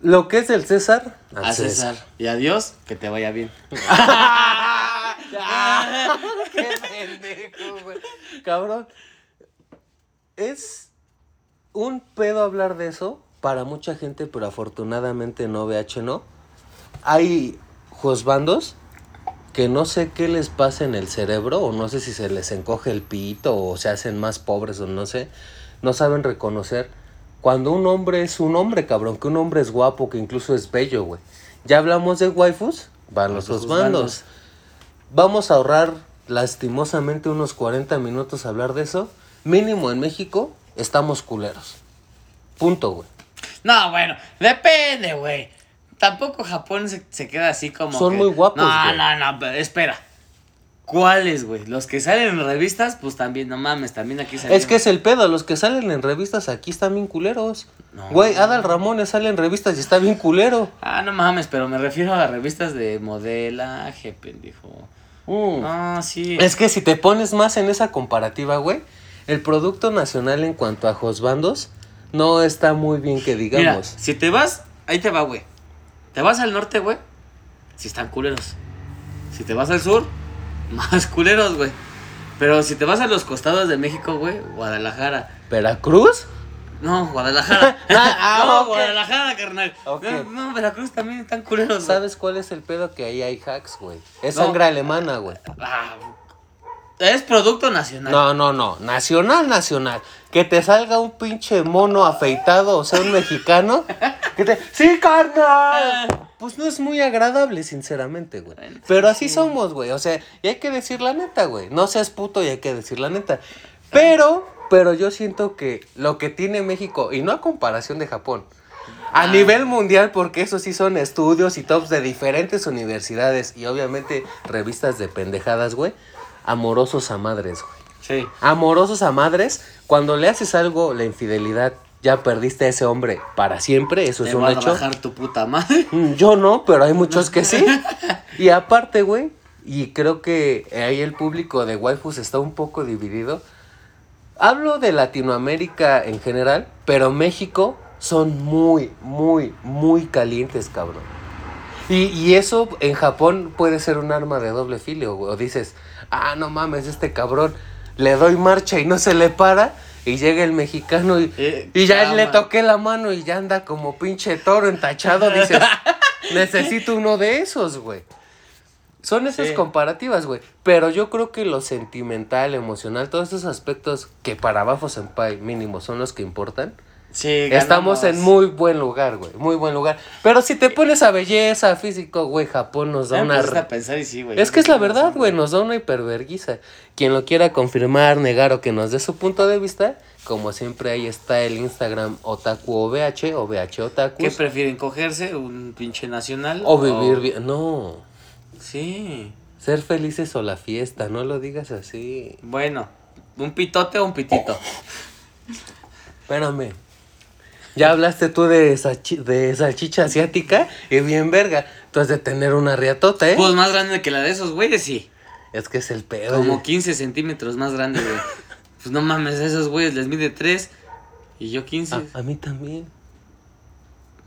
Speaker 1: lo que es el César, al
Speaker 2: A César. Y adiós, que te vaya bien.
Speaker 1: Ah, qué pendejo, güey. Cabrón, es un pedo hablar de eso para mucha gente, pero afortunadamente no, BH no. Hay josbandos que no sé qué les pasa en el cerebro, o no sé si se les encoge el pito, o se hacen más pobres, o no sé. No saben reconocer cuando un hombre es un hombre, cabrón, que un hombre es guapo, que incluso es bello, güey. Ya hablamos de waifus, van los
Speaker 2: Los
Speaker 1: josbandos.
Speaker 2: juzgandos.
Speaker 1: Vamos a ahorrar lastimosamente unos 40 minutos a hablar de eso. Mínimo en México estamos culeros. Punto, güey.
Speaker 2: No, bueno, depende, güey. Tampoco Japón se, se queda así como.
Speaker 1: Son
Speaker 2: que-
Speaker 1: muy guapos,
Speaker 2: No,
Speaker 1: güey.
Speaker 2: no, no, pero espera. ¿Cuáles, güey? Los que salen en revistas, pues también, no mames, también aquí salen.
Speaker 1: Es que es el pedo, los que salen en revistas aquí están bien culeros.
Speaker 2: No.
Speaker 1: Güey, Adal Ramones sale en revistas y está bien culero.
Speaker 2: Ah, no mames, pero me refiero a revistas de modelaje, pendejo.
Speaker 1: Mm.
Speaker 2: No, Ah, sí.
Speaker 1: Es que si te pones más en esa comparativa, güey, el producto nacional en cuanto a josbandos no está muy bien que
Speaker 2: Mira,
Speaker 1: digamos.
Speaker 2: si te vas, ahí te va, güey. Te vas al norte, güey. Si están culeros. Si te vas al sur, más culeros, güey. Pero si te vas a los costados de México, güey, Guadalajara.
Speaker 1: ¿Veracruz?
Speaker 2: No, Guadalajara.
Speaker 1: Ah, ah,
Speaker 2: no,
Speaker 1: ok.
Speaker 2: Guadalajara, carnal.
Speaker 1: Ok.
Speaker 2: No, no, Veracruz también están culeros, güey.
Speaker 1: ¿Sabes cuál es el pedo? Que ahí hay hacks, güey. Es
Speaker 2: No.
Speaker 1: sangre alemana, güey.
Speaker 2: Ah, es producto nacional.
Speaker 1: No, no, no. Nacional, nacional. Que te salga un pinche mono afeitado, o sea, un mexicano. Que te... ¡Sí, carnal! Pues no es muy agradable, sinceramente, güey. Pero así somos, güey. O sea, y hay que decir la neta, güey. No seas puto y hay que decir la neta. Pero, pero yo siento que lo que tiene México, y no a comparación de Japón, a nivel mundial, porque eso sí son estudios y tops de diferentes universidades y obviamente revistas de pendejadas, güey. Amorosos a madres, güey
Speaker 2: Sí.
Speaker 1: amorosos a madres, cuando le haces algo, la infidelidad, ya perdiste a ese hombre para siempre, eso es
Speaker 2: Te
Speaker 1: un
Speaker 2: voy a
Speaker 1: hecho.
Speaker 2: bajar tu puta madre.
Speaker 1: Mm, Yo no, pero hay muchos que sí. Y aparte, güey, y creo que ahí el público de waifus está un poco dividido. Hablo de Latinoamérica en general, pero México son muy, muy, muy calientes, cabrón. Y, y eso en Japón puede ser un arma de doble filo, güey. O dices, ah, no mames, este cabrón le doy marcha y no se le para. Y llega el mexicano y,
Speaker 2: Eh,
Speaker 1: y ya
Speaker 2: cama.
Speaker 1: le toqué la mano y ya anda como pinche toro entachado. Dices, necesito uno de esos, güey. Son esas
Speaker 2: Sí.
Speaker 1: comparativas, güey. Pero yo creo que lo sentimental, emocional, todos esos aspectos que para abajo Senpai mínimo son los que importan.
Speaker 2: Sí,
Speaker 1: Estamos
Speaker 2: ganamos.
Speaker 1: en muy buen lugar, güey. Muy buen lugar. Pero si te pones a belleza, físico, güey, Japón nos da
Speaker 2: Ya
Speaker 1: una.
Speaker 2: empezaste a pensar y sí, güey.
Speaker 1: Es que es la verdad, güey, nos da una hiperverguiza. Quien lo quiera confirmar, negar o que nos dé su punto de vista, como siempre ahí está el Instagram otaku OVH o VH
Speaker 2: ¿Qué Oh.
Speaker 1: otaku.
Speaker 2: prefieren cogerse? ¿Un pinche nacional?
Speaker 1: O vivir bien. No,
Speaker 2: Sí.
Speaker 1: ser felices o la fiesta, no lo digas así.
Speaker 2: Bueno, ¿un pitote o un pitito?
Speaker 1: Espérame. Ya hablaste tú de, salchi- de salchicha asiática y bien verga. Tú has de tener una riatota, ¿eh?
Speaker 2: Pues más grande que la de esos güeyes, sí.
Speaker 1: Es que es el pedo.
Speaker 2: Como
Speaker 1: güey.
Speaker 2: 15 centímetros más grande, güey. Pues no mames, a esos güeyes les mide 3 y yo 15.
Speaker 1: A, a mí también.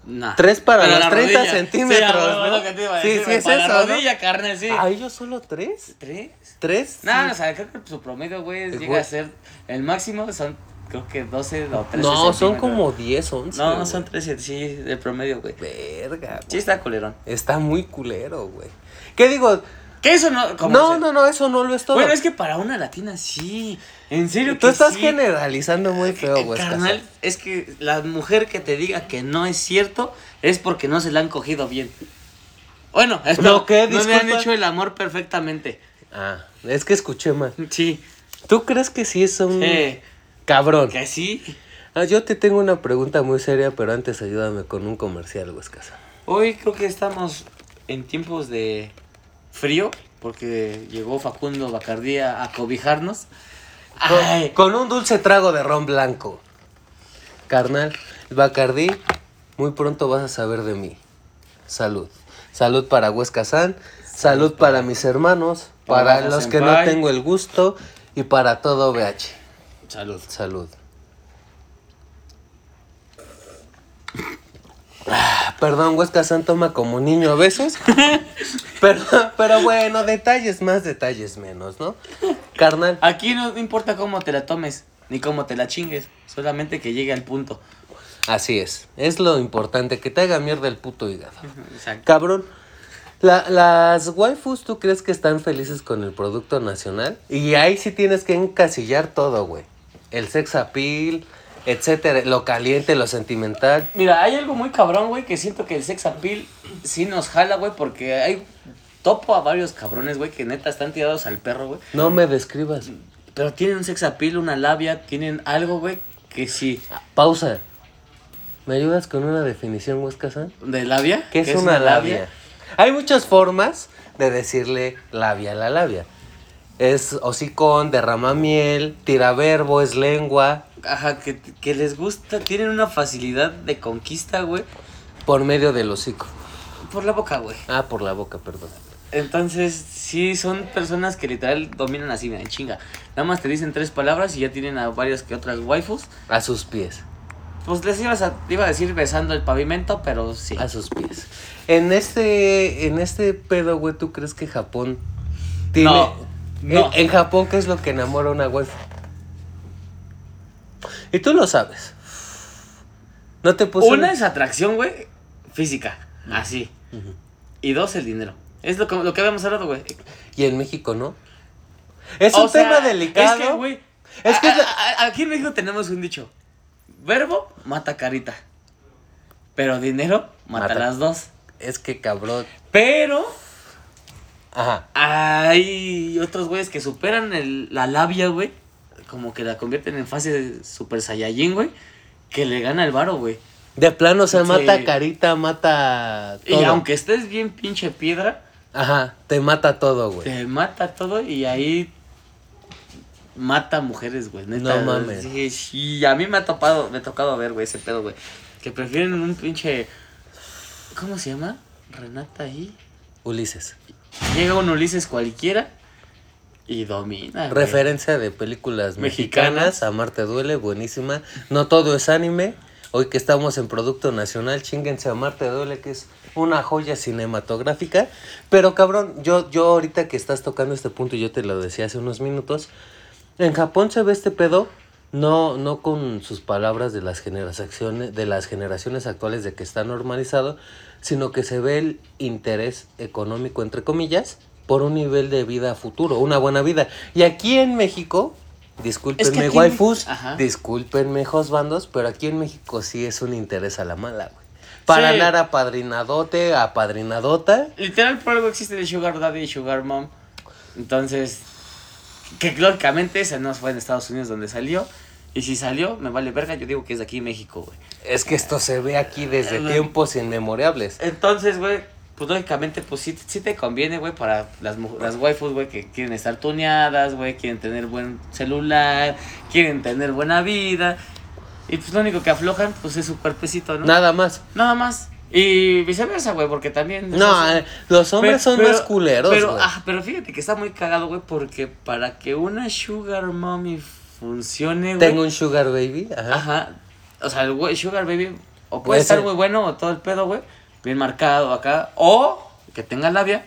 Speaker 2: Nah.
Speaker 1: Tres para
Speaker 2: Pero
Speaker 1: los
Speaker 2: la
Speaker 1: 30
Speaker 2: rodilla.
Speaker 1: centímetros,
Speaker 2: Sí, a huevo,
Speaker 1: ¿no?
Speaker 2: es lo que te iba a
Speaker 1: Sí,
Speaker 2: decir,
Speaker 1: sí,
Speaker 2: güey,
Speaker 1: es
Speaker 2: para
Speaker 1: eso,
Speaker 2: La
Speaker 1: ¿no?
Speaker 2: rodilla, carnal, sí.
Speaker 1: ¿A ellos solo tres?
Speaker 2: ¿Tres?
Speaker 1: ¿Tres?
Speaker 2: No, o sea, creo que su promedio, güey, es-
Speaker 1: El
Speaker 2: llega
Speaker 1: güey-
Speaker 2: a ser. El máximo son, creo que 12 o 13.
Speaker 1: No, son
Speaker 2: centímetros.
Speaker 1: como 10, 11.
Speaker 2: No,
Speaker 1: güey.
Speaker 2: son 13, sí, el promedio, güey.
Speaker 1: Verga,
Speaker 2: Sí,
Speaker 1: güey.
Speaker 2: está colerón.
Speaker 1: Está muy culero, güey. ¿Qué digo?
Speaker 2: Que eso no. como
Speaker 1: No,
Speaker 2: se-
Speaker 1: no, no, eso no lo es todo.
Speaker 2: Bueno, es que para una latina sí. En serio,
Speaker 1: Tú
Speaker 2: que
Speaker 1: estás
Speaker 2: sí.
Speaker 1: generalizando muy feo, güey.
Speaker 2: Carnal,
Speaker 1: Escasón.
Speaker 2: es que la mujer que te diga que no es cierto es porque no se la han cogido bien. Bueno, espero,
Speaker 1: qué?
Speaker 2: no me han
Speaker 1: Disculpa.
Speaker 2: hecho el amor perfectamente.
Speaker 1: Ah, es que escuché mal.
Speaker 2: Sí,
Speaker 1: ¿Tú crees que sí es un
Speaker 2: sí,
Speaker 1: cabrón?
Speaker 2: que sí.
Speaker 1: Ah, yo te tengo una pregunta muy seria, pero antes ayúdame con un comercial, güey. escasón.
Speaker 2: Hoy creo que estamos en tiempos de frío porque llegó Facundo Bacardía a cobijarnos.
Speaker 1: Con-
Speaker 2: Ay,
Speaker 1: Con un dulce trago de ron blanco. Carnal, Bacardí, muy pronto vas a saber de mí. Salud. Salud para Huesca San, salud para mis hermanos,
Speaker 2: para
Speaker 1: para
Speaker 2: la
Speaker 1: los que no
Speaker 2: senpai.
Speaker 1: tengo el gusto y para todo BH.
Speaker 2: salud.
Speaker 1: Salud. Ah, Perdón, Huesca San toma como niño a veces. Pero, pero bueno, detalles más, detalles menos, ¿no? Carnal,
Speaker 2: Aquí no importa cómo te la tomes ni cómo te la chingues, solamente que llegue al punto.
Speaker 1: Así es, es lo importante, que te haga mierda el puto hígado.
Speaker 2: Exacto.
Speaker 1: Cabrón, la- las waifus, ¿tú crees que están felices con el producto nacional? Y ahí sí tienes que encasillar todo, güey. El sex appeal, etcétera, lo caliente, lo sentimental.
Speaker 2: Mira, hay algo muy cabrón, güey, que siento que el sex appeal sí nos jala, güey, porque hay topo a varios cabrones, güey, que neta están tirados al perro, güey.
Speaker 1: No me describas.
Speaker 2: Pero tienen un sex appeal, una labia, tienen algo, güey, que sí.
Speaker 1: Pausa. ¿Me ayudas con una definición, Huesca San?
Speaker 2: ¿De labia?
Speaker 1: ¿Qué es, una, labia? Hay muchas formas de decirle labia a la labia. Es hocicón, derrama miel, tira verbo, es lengua,
Speaker 2: Ajá, que, que les gusta, tienen una facilidad de conquista, güey,
Speaker 1: por medio del hocico.
Speaker 2: por la boca, güey.
Speaker 1: Ah, por la boca, perdón.
Speaker 2: Entonces, sí, son personas que literal dominan así, mira, en chinga. Nada más te dicen tres palabras y ya tienen a varias que otras waifus.
Speaker 1: A sus pies,
Speaker 2: Pues les ibas a, iba a decir besando el pavimento, pero sí.
Speaker 1: a sus pies. En este, en este pedo, güey, ¿tú crees que Japón tiene...
Speaker 2: No, no.
Speaker 1: En, en Japón, ¿qué es lo que enamora a una waifu? Y tú lo sabes. No te puse...
Speaker 2: Una es atracción, güey, física, así. Y dos, el dinero. Es lo que, lo que habíamos hablado, güey.
Speaker 1: Y en México, ¿no. Es
Speaker 2: O
Speaker 1: un
Speaker 2: sea,
Speaker 1: tema delicado.
Speaker 2: Es que, güey,
Speaker 1: Es que
Speaker 2: a-
Speaker 1: es la-
Speaker 2: a- a- aquí en México tenemos un dicho. Verbo mata carita. Pero dinero mata,
Speaker 1: Mata.
Speaker 2: las dos.
Speaker 1: Es que cabrón.
Speaker 2: Pero
Speaker 1: Ajá.
Speaker 2: hay otros güeyes que superan el- la labia, güey. Como que la convierten en fase super saiyajin, güey. Que le gana el varo, güey.
Speaker 1: De plano, o sea,
Speaker 2: Sí.
Speaker 1: mata carita, mata todo.
Speaker 2: Y aunque estés bien pinche piedra,
Speaker 1: Ajá, te mata todo, güey.
Speaker 2: Te mata todo y ahí mata mujeres, güey. neta.
Speaker 1: No mames.
Speaker 2: Sí, sí, a mí me ha topado, me ha tocado ver, güey, ese pedo, güey. Que prefieren un pinche. ¿Cómo se llama? Renata ahí.
Speaker 1: Ulises.
Speaker 2: Llega un Ulises cualquiera y domina. güey.
Speaker 1: Referencia de películas
Speaker 2: Ah, Mexicanas.
Speaker 1: mexicanas. Amarte duele, buenísima. No todo es anime. Hoy que estamos en Producto Nacional, chinguense Amarte duele, que es una joya cinematográfica. Pero cabrón, yo, yo ahorita que estás tocando este punto, yo te lo decía hace unos minutos. En Japón se ve este pedo, no, no con sus palabras de las generaciones, de las generaciones actuales de que está normalizado, sino que se ve el interés económico, entre comillas, por un nivel de vida futuro, una buena vida. Y aquí en México, discúlpenme
Speaker 2: aquí en-
Speaker 1: waifus,
Speaker 2: Ajá.
Speaker 1: discúlpenme josbandos, pero aquí en México sí es un interés a la mala, güey. Para
Speaker 2: Sí.
Speaker 1: dar apadrinadote, apadrinadota.
Speaker 2: Literal, por algo existe de Sugar Daddy y Sugar Mom. Entonces, que lógicamente ese no fue en Estados Unidos donde salió. Y si salió, me vale verga, yo digo que es de aquí México, güey.
Speaker 1: Es que esto se ve aquí desde
Speaker 2: Eh, güey.
Speaker 1: tiempos inmemorables.
Speaker 2: Entonces, güey, pues lógicamente, pues sí, sí te conviene, güey, para las, mu- las waifus, güey, que quieren estar tuneadas, güey, quieren tener buen celular, quieren tener buena vida. Y pues lo único que aflojan, pues es su cuerpecito, ¿no?
Speaker 1: Nada más.
Speaker 2: Nada más. Y viceversa, güey, porque también... o
Speaker 1: No,
Speaker 2: sea,
Speaker 1: eh, los hombres
Speaker 2: Pero-
Speaker 1: son
Speaker 2: pero-
Speaker 1: más culeros,
Speaker 2: Pero,
Speaker 1: güey.
Speaker 2: ah, pero fíjate que está muy cagado, güey, porque para que una Sugar Mommy funcione, güey.
Speaker 1: Tengo un sugar baby, ajá.
Speaker 2: Ajá. O sea, el güey- Sugar Baby o
Speaker 1: Puede
Speaker 2: puede estar
Speaker 1: ser.
Speaker 2: muy bueno o todo el pedo, güey. Bien marcado acá. O que tenga labia.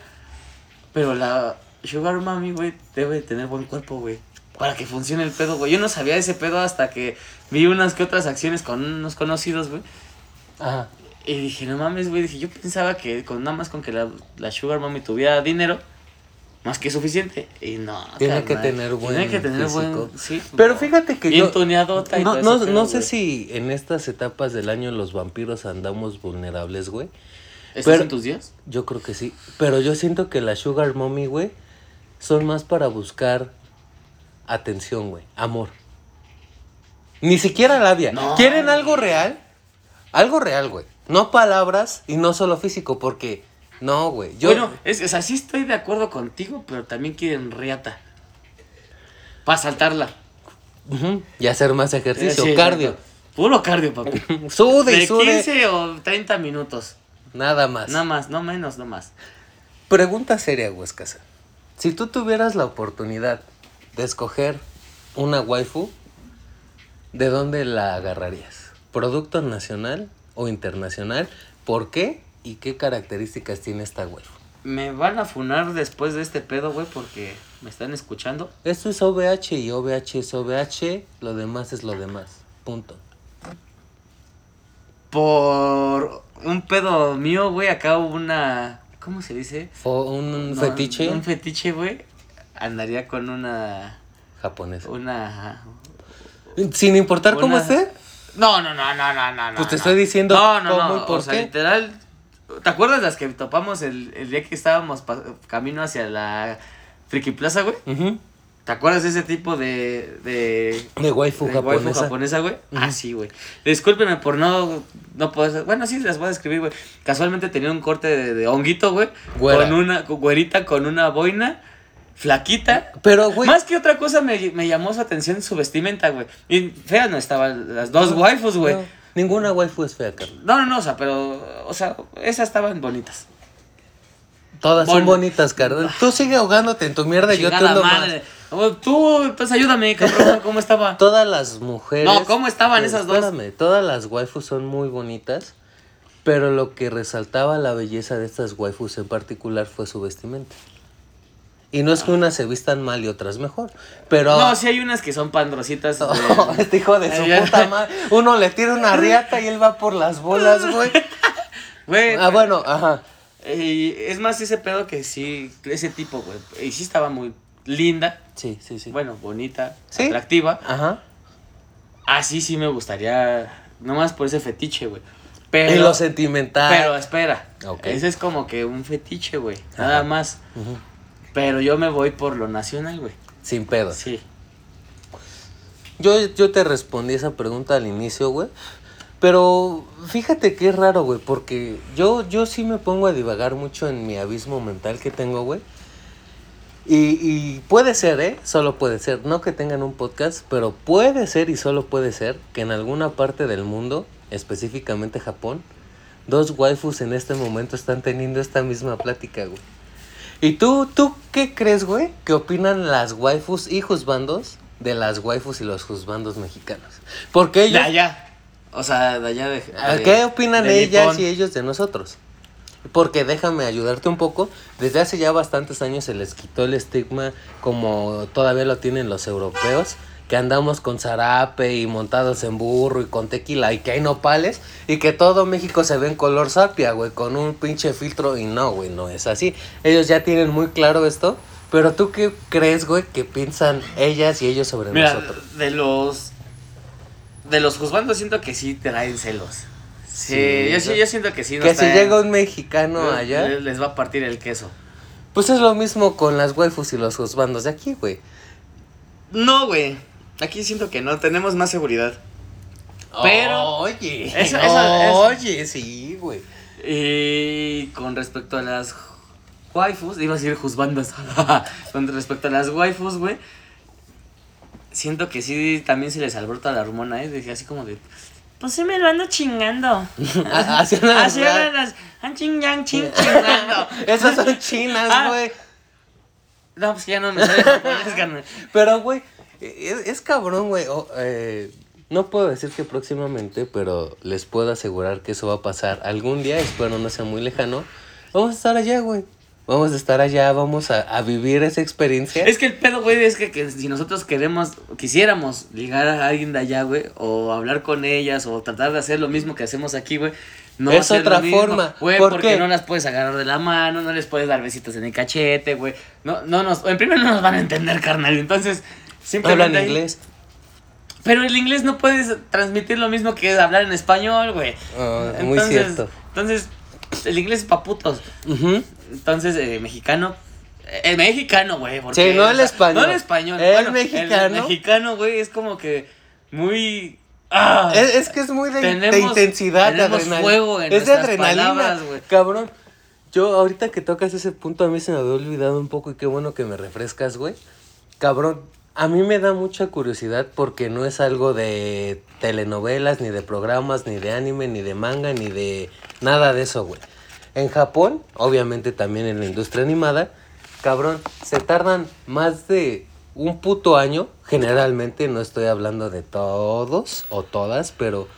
Speaker 2: Pero la Sugar Mami, güey, debe tener buen cuerpo, güey. Para que funcione el pedo, güey. Yo no sabía ese pedo hasta que vi unas que otras acciones con unos conocidos, güey.
Speaker 1: ajá.
Speaker 2: Y dije, no mames, güey. Dije, yo pensaba que con nada más con que la, la Sugar Mommy tuviera dinero, más que suficiente. Y no,
Speaker 1: Tiene que
Speaker 2: carnal.
Speaker 1: tener buen
Speaker 2: Tiene que tener
Speaker 1: físico.
Speaker 2: buen. Sí,
Speaker 1: Pero fíjate que
Speaker 2: Bien
Speaker 1: yo-
Speaker 2: tuneadota y
Speaker 1: No,
Speaker 2: todo
Speaker 1: no,
Speaker 2: ese pedo,
Speaker 1: no sé
Speaker 2: güey.
Speaker 1: si en estas etapas del año los vampiros andamos vulnerables, güey.
Speaker 2: ¿Estás
Speaker 1: pero-
Speaker 2: en tus días?
Speaker 1: Yo creo que sí. Pero yo siento que las sugar mommy, güey, son más para buscar atención, güey. Amor. Ni siquiera labia.
Speaker 2: No,
Speaker 1: ¿Quieren
Speaker 2: güey.
Speaker 1: algo real? Algo real, güey. No palabras y no solo físico, porque... No, güey. Yo...
Speaker 2: Bueno, es, o sea, sí estoy de acuerdo contigo, pero también quieren riata. Para saltarla.
Speaker 1: Ujú, Y hacer más ejercicio,
Speaker 2: Sí,
Speaker 1: cardio.
Speaker 2: exacto. Puro cardio, papi.
Speaker 1: Sude y
Speaker 2: De
Speaker 1: sude.
Speaker 2: 15 o 30 minutos.
Speaker 1: Nada más.
Speaker 2: Nada más, no menos, no más.
Speaker 1: Pregunta seria, Huescasa. Si tú tuvieras la oportunidad de escoger una waifu, ¿de dónde la agarrarías? ¿Producto nacional o internacional? ¿Por qué? ¿Y qué características tiene esta waifu?
Speaker 2: Me van a funar después de este pedo, güey, porque me están escuchando.
Speaker 1: Esto es OVH y OVH es OVH, lo demás es lo demás. Punto.
Speaker 2: Por un pedo mío, güey, acá hubo una. ¿Cómo se dice?
Speaker 1: Fue un
Speaker 2: No,
Speaker 1: fetiche
Speaker 2: Un fetiche, güey. Andaría con una.
Speaker 1: japonés.
Speaker 2: Una.
Speaker 1: Sin importar cómo
Speaker 2: Una-
Speaker 1: esté,
Speaker 2: No, no, no, no, no, no.
Speaker 1: Pues te
Speaker 2: no.
Speaker 1: estoy diciendo
Speaker 2: No, no,
Speaker 1: cómo
Speaker 2: no.
Speaker 1: y por
Speaker 2: o sea,
Speaker 1: qué.
Speaker 2: literal. ¿Te acuerdas las que topamos el, el día que estábamos pa- camino hacia la Friki Plaza, güey?
Speaker 1: ujú,
Speaker 2: ¿Te acuerdas de ese tipo de. de.
Speaker 1: de waifu
Speaker 2: de
Speaker 1: japonesa.
Speaker 2: waifu japonesa, güey? Ah, sí, güey. Discúlpeme por no. No poder. Bueno, sí, las voy a describir, güey. Casualmente tenía un corte de, de honguito, güey.
Speaker 1: Güera.
Speaker 2: Con una. con- güerita con una boina. Flaquita.
Speaker 1: Pero, güey,
Speaker 2: Más que otra cosa me, me llamó su atención su vestimenta, güey. Y fea no estaban las dos waifus, güey.
Speaker 1: no, ninguna waifu es fea, Carlos.
Speaker 2: No, no, no, o sea, pero, o sea, esas estaban bonitas.
Speaker 1: Todas son
Speaker 2: Bon-
Speaker 1: bonitas, carnal. Tú sigue ahogándote en tu mierda y yo te
Speaker 2: Chingada
Speaker 1: hundo más.
Speaker 2: madre. Güey, Tú, entonces ayúdame, cabrón, ¿cómo estaba?
Speaker 1: Todas las mujeres.
Speaker 2: No, ¿cómo estaban esas dos?
Speaker 1: Espérame, todas las waifus son muy bonitas. Pero lo que resaltaba la belleza de estas waifus en particular fue su vestimenta. Y no es que unas se vistan mal y otras mejor. Pero.
Speaker 2: Ah. No, sí hay unas que son pandrositas.
Speaker 1: Oh,
Speaker 2: de-
Speaker 1: este hijo de su
Speaker 2: Ay, ya.
Speaker 1: puta madre. Uno le tira una riata y él va por las bolas, güey.
Speaker 2: Güey,
Speaker 1: Ah, bueno, ajá.
Speaker 2: y es más ese pedo que sí, ese tipo, güey. Y sí estaba muy linda,
Speaker 1: Sí, sí, sí.
Speaker 2: bueno, bonita,
Speaker 1: Sí.
Speaker 2: atractiva.
Speaker 1: Ajá.
Speaker 2: Así sí me gustaría, nomás por ese fetiche, güey. Pero,
Speaker 1: y lo sentimental.
Speaker 2: pero espera,
Speaker 1: Ok.
Speaker 2: ese es como que un fetiche, güey, nada
Speaker 1: Ajá.
Speaker 2: más.
Speaker 1: Ujú.
Speaker 2: Pero yo me voy por lo nacional, güey.
Speaker 1: Sin pedos.
Speaker 2: Sí.
Speaker 1: Yo, yo te respondí esa pregunta al inicio, güey. Pero fíjate que es raro, güey, porque yo, yo sí me pongo a divagar mucho en mi abismo mental que tengo, güey. Y, y puede ser, ¿eh? Solo puede ser. No que tengan un podcast, pero puede ser y solo puede ser que en alguna parte del mundo, específicamente Japón, dos waifus en este momento están teniendo esta misma plática, güey. ¿Y tú, tú qué crees, güey? ¿Qué opinan las waifus y juzbandos de las waifus y los juzbandos mexicanos? Porque
Speaker 2: De
Speaker 1: ellos...
Speaker 2: allá. O sea, de allá de.
Speaker 1: ¿A
Speaker 2: Ah, de-
Speaker 1: Ah, ¿Qué opinan
Speaker 2: de
Speaker 1: ellas
Speaker 2: Nippon.
Speaker 1: y ellos de nosotros? Porque déjame ayudarte un poco. Desde hace ya bastantes años se les quitó el estigma como todavía lo tienen los europeos. Que andamos con zarape y montados en burro y con tequila y que hay nopales y que todo México se ve en color sapia, güey, con un pinche filtro y no, güey, no es así. Ellos ya tienen muy claro esto, pero tú qué crees, güey, que piensan ellas y ellos sobre
Speaker 2: Mira,
Speaker 1: nosotros.
Speaker 2: de los. De los juzgandos siento que sí traen celos. Sí,
Speaker 1: Sí,
Speaker 2: yo, sí,
Speaker 1: ¿no?
Speaker 2: yo siento que sí. no
Speaker 1: que si
Speaker 2: están-
Speaker 1: llega un mexicano allá.
Speaker 2: Les, les va a partir el queso.
Speaker 1: Pues es lo mismo con las waifus y los juzbandos de aquí, güey.
Speaker 2: No, güey. Aquí siento que no. Tenemos más seguridad. Pero-
Speaker 1: Oye.
Speaker 2: Eso- eso- eso-
Speaker 1: Oye, sí, güey.
Speaker 2: Y con respecto a las waifus, iba a decir juzbandas. con respecto a las waifus, güey. Siento que sí, también se les alborota la hormona, ¿eh? Dije así como de. Pues sí me lo ando chingando.
Speaker 1: Así
Speaker 2: Así eran
Speaker 1: eran
Speaker 2: las. Han ching, yang, ching, chingando.
Speaker 1: Esas son chinas,
Speaker 2: Ah.
Speaker 1: güey.
Speaker 2: No, pues ya no me sale japonés, carnal.
Speaker 1: Pero, güey, es, es cabrón, güey. O- eh, no puedo decir que próximamente, pero les puedo asegurar que eso va a pasar algún día, espero no sea muy lejano. Vamos a estar allá, güey. Vamos a estar allá, vamos a, a vivir esa experiencia.
Speaker 2: Es que el pedo, güey, es que, que si nosotros queremos, quisiéramos ligar a alguien de allá, güey, o hablar con ellas, o tratar de hacer lo mismo que hacemos aquí, güey. No
Speaker 1: Es
Speaker 2: hacer lo
Speaker 1: otra
Speaker 2: mismo,
Speaker 1: forma.
Speaker 2: Güey,
Speaker 1: ¿Por
Speaker 2: porque
Speaker 1: qué?
Speaker 2: no las puedes agarrar de la mano, no les puedes dar besitos en el cachete, güey. No, no nos, en primer no nos van a entender, carnal. Entonces, simplemente.
Speaker 1: Hablan
Speaker 2: ahí-
Speaker 1: inglés.
Speaker 2: Pero el inglés no puedes transmitir lo mismo que hablar en español, güey.
Speaker 1: Ah, muy cierto.
Speaker 2: Entonces, el inglés es pa' putos.
Speaker 1: Ujú.
Speaker 2: Entonces, eh, mexicano. El mexicano, güey. porque,
Speaker 1: Sí, no el
Speaker 2: o sea,
Speaker 1: español.
Speaker 2: No el español.
Speaker 1: El
Speaker 2: bueno, El
Speaker 1: mexicano.
Speaker 2: mexicano, güey, es como que muy. ¡Ah!
Speaker 1: Es, es que es muy de, de
Speaker 2: Tenemos-
Speaker 1: intensidad, de
Speaker 2: tenemos
Speaker 1: adrenalina.
Speaker 2: fuego en
Speaker 1: es de
Speaker 2: nuestras
Speaker 1: adrenalina,
Speaker 2: palabras, güey.
Speaker 1: cabrón. Yo ahorita que tocas ese punto a mí se me había olvidado un poco y qué bueno que me refrescas, güey. Cabrón, a mí me da mucha curiosidad porque no es algo de telenovelas, ni de programas, ni de anime, ni de manga, ni de nada de eso, güey. En Japón, obviamente también en la industria animada, cabrón, se tardan más de un puto año, generalmente, no estoy hablando de todos o todas, pero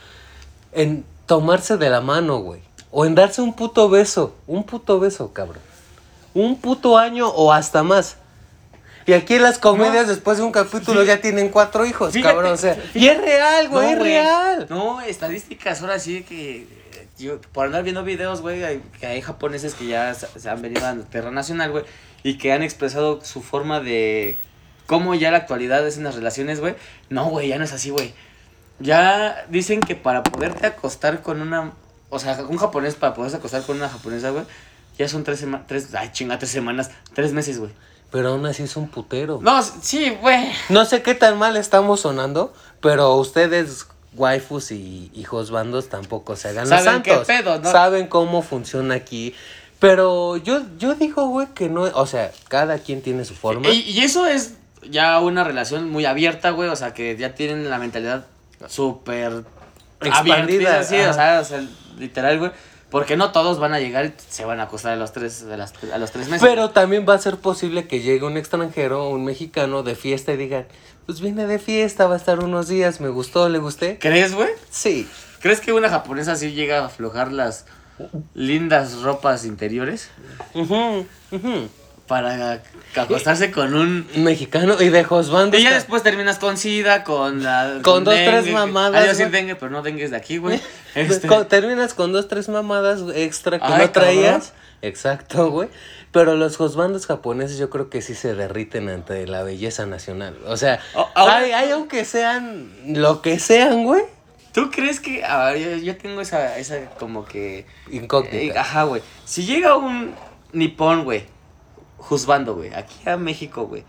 Speaker 1: en tomarse de la mano, güey. O en darse un puto beso. Un puto beso, cabrón. Un puto año o hasta más. Y aquí en las comedias, después de un capítulo, ya tienen cuatro hijos,
Speaker 2: Fíjate,
Speaker 1: cabrón. O sea, y es real, güey, es
Speaker 2: güey.
Speaker 1: real.
Speaker 2: No, estadísticas, ahora sí que. eh, Yo, por andar viendo videos, güey, hay- que hay japoneses que ya se se han venido a Terra Nacional, güey, y que han expresado su forma de. cómo ya la actualidad es en las relaciones, güey. No, güey, ya no es así, güey. Ya dicen que para poderte acostar con una. O sea, un japonés, para poderse acostar con una japonesa, güey, ya son tres semanas. Tres, ay, chinga, tres semanas. Tres meses, güey.
Speaker 1: Pero aún así es un putero. No.
Speaker 2: No, sí, güey.
Speaker 1: sé qué tan mal estamos sonando, pero ustedes, waifus y hijos bandos, tampoco se hagan los
Speaker 2: Saben qué
Speaker 1: santos.
Speaker 2: pedo, ¿no?
Speaker 1: Saben cómo funciona aquí. Pero yo, yo digo, güey, que no. O sea, cada quien tiene su forma.
Speaker 2: Y, y eso es ya una relación muy abierta, güey. O sea, que ya tienen la mentalidad súper
Speaker 1: Expandida,
Speaker 2: abierta, sí,
Speaker 1: ajá.
Speaker 2: o sea, o sea, literal, güey. Porque no todos van a llegar y se van a acostar a los tres, a las- a los tres meses.
Speaker 1: Pero también va a ser posible que llegue un extranjero, un mexicano de fiesta y digan, pues viene de fiesta, va a estar unos días, me gustó, le gusté.
Speaker 2: ¿Crees, güey?
Speaker 1: Sí.
Speaker 2: ¿Crees que una japonesa sí llega a aflojar las lindas ropas interiores
Speaker 1: Ujú, ujú.
Speaker 2: para acostarse con un...
Speaker 1: Mexicano y de Josbando.
Speaker 2: Y ya después terminas con SIDA, con la...
Speaker 1: Con dos, tres mamadas,
Speaker 2: Adiós,
Speaker 1: güey.
Speaker 2: sin dengue, pero no dengues de aquí, güey. Este-
Speaker 1: Terminas con dos, tres mamadas extra que
Speaker 2: Ay,
Speaker 1: no traías.
Speaker 2: cabrón.
Speaker 1: Exacto, güey. Pero los josbandos japoneses yo creo que sí se derriten ante la belleza nacional. O sea,
Speaker 2: O- ahora-
Speaker 1: hay, hay aunque sean lo que sean, güey.
Speaker 2: ¿Tú crees que.? A ver, yo, yo tengo esa, esa como que. eh,
Speaker 1: Incógnita.
Speaker 2: ajá, güey. Si llega un nipón, güey. Juzbando, güey. Aquí a México, güey.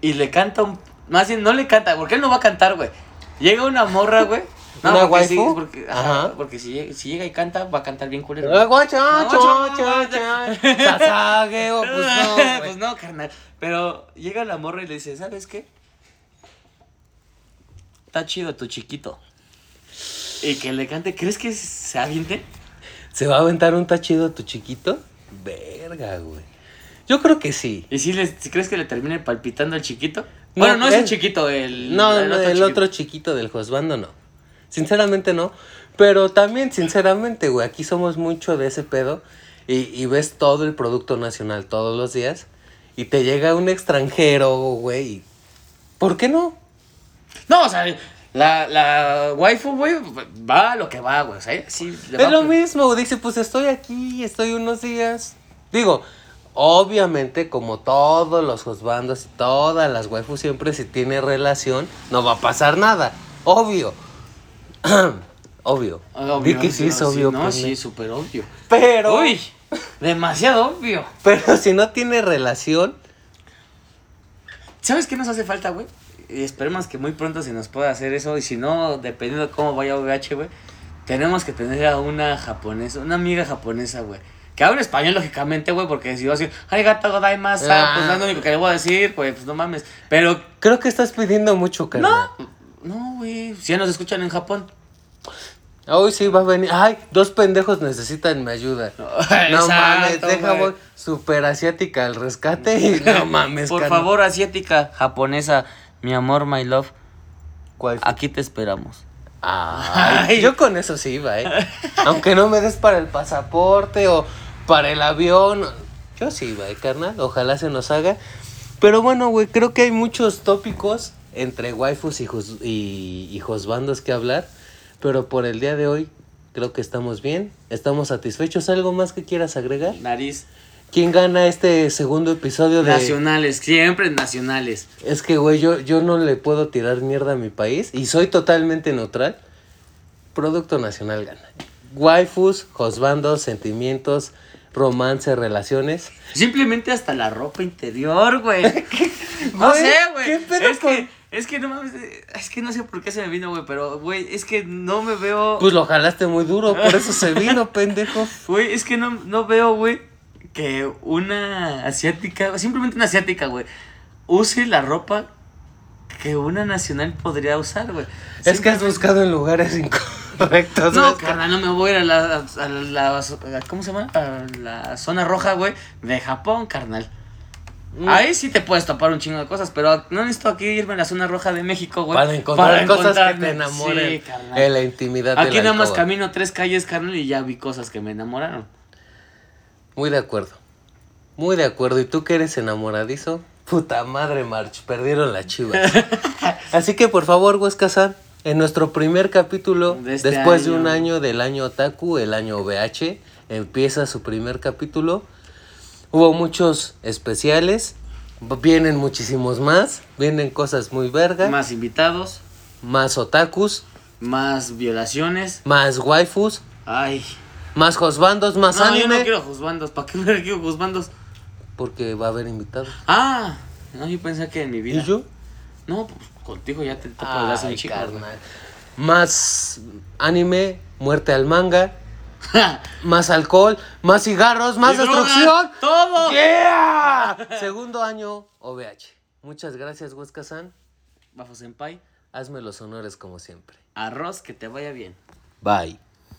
Speaker 2: Y le canta un. Más bien, no le canta, porque él no va a cantar, güey. Llega una morra, güey. No,
Speaker 1: ¿Una
Speaker 2: porque sí,
Speaker 1: waifu?
Speaker 2: porque, ajá,
Speaker 1: Ajá.
Speaker 2: porque si, lleg- si llega y canta, va a cantar bien culero. güey.
Speaker 1: Ah, guacho,
Speaker 2: guacho,
Speaker 1: cho, cho,
Speaker 2: guacho.
Speaker 1: cho. Sasage, o, pues no, güey.
Speaker 2: pues no, carnal. Pero llega la morra y le dice, ¿sabes qué? Está chido tu chiquito. Y que le cante, ¿crees que se aviente?
Speaker 1: ¿Se va a aventar un tachido tu chiquito? Verga, güey. Yo creo que sí.
Speaker 2: ¿Y si, les, si crees que le termine palpitando al chiquito?
Speaker 1: No,
Speaker 2: bueno, no es el
Speaker 1: él-
Speaker 2: chiquito, el,
Speaker 1: No, no, el
Speaker 2: chiquito.
Speaker 1: otro chiquito del Josbando no. Sinceramente no. Pero también, sinceramente, güey, aquí somos mucho de ese pedo. Y, y ves todo el producto nacional todos los días. Y te llega un extranjero, güey. y- ¿Por qué no?
Speaker 2: No, o sea, la, la waifu, güey, va a lo que va, güey. O sea, sí, le va
Speaker 1: Es lo
Speaker 2: a-
Speaker 1: mismo, dice, pues estoy aquí, estoy unos días. Digo, obviamente como todos los juzbandos y todas las waifus siempre si tiene relación, no va a pasar nada, obvio. obvio. Di que sí, es
Speaker 2: sí,
Speaker 1: obvio.
Speaker 2: No,
Speaker 1: pues,
Speaker 2: sí,
Speaker 1: ne-
Speaker 2: súper obvio.
Speaker 1: Pero,
Speaker 2: Uy, demasiado obvio.
Speaker 1: pero si no tiene relación,
Speaker 2: ¿Sabes qué nos hace falta, güey? Y esperemos que muy pronto se nos pueda hacer eso. Y si no, dependiendo de cómo vaya OVH, güey, tenemos que tener a una japonesa, una amiga japonesa, güey. Que hable español, lógicamente, güey, porque si yo así, ay, gato, godaimasu,
Speaker 1: Ah.
Speaker 2: pues no es lo único que le voy a decir, güey, pues no mames. Pero,
Speaker 1: creo que estás pidiendo mucho, carnal.
Speaker 2: no, no, güey, si ya nos escuchan en Japón.
Speaker 1: Hoy Ah, sí va a venir. Ay, dos pendejos necesitan mi ayuda. No,
Speaker 2: Exacto,
Speaker 1: mames, deja
Speaker 2: güey.
Speaker 1: voy super asiática al rescate y no mames,
Speaker 2: Por
Speaker 1: carnal.
Speaker 2: favor, asiática, japonesa, mi amor, my love,
Speaker 1: ¿Cuál fue?
Speaker 2: aquí te esperamos.
Speaker 1: Ay,
Speaker 2: Ay.
Speaker 1: Yo con eso sí iba, ¿eh? Aunque no me des para el pasaporte o para el avión. Yo sí iba, ¿eh, carnal? Ojalá se nos haga. Pero bueno, güey, creo que hay muchos tópicos entre waifus y, jus- y, y juzbandos que hablar. Pero por el día de hoy, creo que estamos bien. Estamos satisfechos. ¿Algo más que quieras agregar?
Speaker 2: Nariz.
Speaker 1: ¿Quién gana este segundo episodio de...?
Speaker 2: Nacionales, siempre nacionales.
Speaker 1: Es que, güey, yo, yo no le puedo tirar mierda a mi país y soy totalmente neutral. Producto nacional gana. Waifus, josbandos, sentimientos, romance, relaciones.
Speaker 2: Simplemente hasta la ropa interior, güey. no
Speaker 1: Güey,
Speaker 2: sé, güey.
Speaker 1: ¿qué pedo
Speaker 2: es,
Speaker 1: con-
Speaker 2: que, es que no mames, eh, es que no sé por qué se me vino, güey, pero, güey, es que no me veo...
Speaker 1: Pues lo jalaste muy duro, por eso se vino, pendejo.
Speaker 2: Güey, es que no, no veo, güey, que una asiática, simplemente una asiática, güey, use la ropa que una nacional podría usar, güey.
Speaker 1: Es que has buscado en lugares incorrectos.
Speaker 2: No,
Speaker 1: ¿ves?
Speaker 2: carnal, no me voy a ir a la, a la- a- ¿Cómo se llama? A la zona roja, güey, de Japón, carnal.
Speaker 1: Mm.
Speaker 2: Ahí sí te puedes topar un chingo de cosas, pero no necesito aquí irme a la zona roja de México, güey.
Speaker 1: Para encontrar cosas que
Speaker 2: Mm. encontrarme.
Speaker 1: te enamoren
Speaker 2: Sí, carnal.
Speaker 1: en la intimidad de
Speaker 2: Aquí
Speaker 1: la
Speaker 2: nada más
Speaker 1: alcoba.
Speaker 2: camino tres calles, carnal, y ya vi cosas que me enamoraron.
Speaker 1: Muy de acuerdo. Muy de acuerdo. ¿Y tú que eres enamoradizo? Puta madre, March. Perdieron la chiva. Así que por favor, Huesca-san, en nuestro primer capítulo,
Speaker 2: De este
Speaker 1: después de un
Speaker 2: año.
Speaker 1: año del año Otaku, el año VH, empieza su primer capítulo. Hubo muchos especiales. Vienen muchísimos más. Vienen cosas muy verga. Más,
Speaker 2: Más invitados,
Speaker 1: otakus.
Speaker 2: más violaciones.
Speaker 1: Más waifus.
Speaker 2: Ay.
Speaker 1: Más josbandos. Más
Speaker 2: No, yo
Speaker 1: anime.
Speaker 2: no quiero juzbandos. ¿Para qué me quiero juzbandos?
Speaker 1: Porque va a haber invitados.
Speaker 2: Ah, no, yo pensé que en mi vida.
Speaker 1: ¿Y yo?
Speaker 2: No, pues, contigo ya te topo desde hace un
Speaker 1: Ay,
Speaker 2: chico.
Speaker 1: carnal. Más anime, muerte al manga, más alcohol, más cigarros, más
Speaker 2: Y ¡Oh! drogas,
Speaker 1: destrucción.
Speaker 2: ¡Todo!
Speaker 1: ¡Yeah! Segundo año OVH. Muchas gracias, Huesca-san.
Speaker 2: Bajo Senpai,
Speaker 1: Hazme los honores como siempre.
Speaker 2: arroz, que te vaya bien.
Speaker 1: Bye.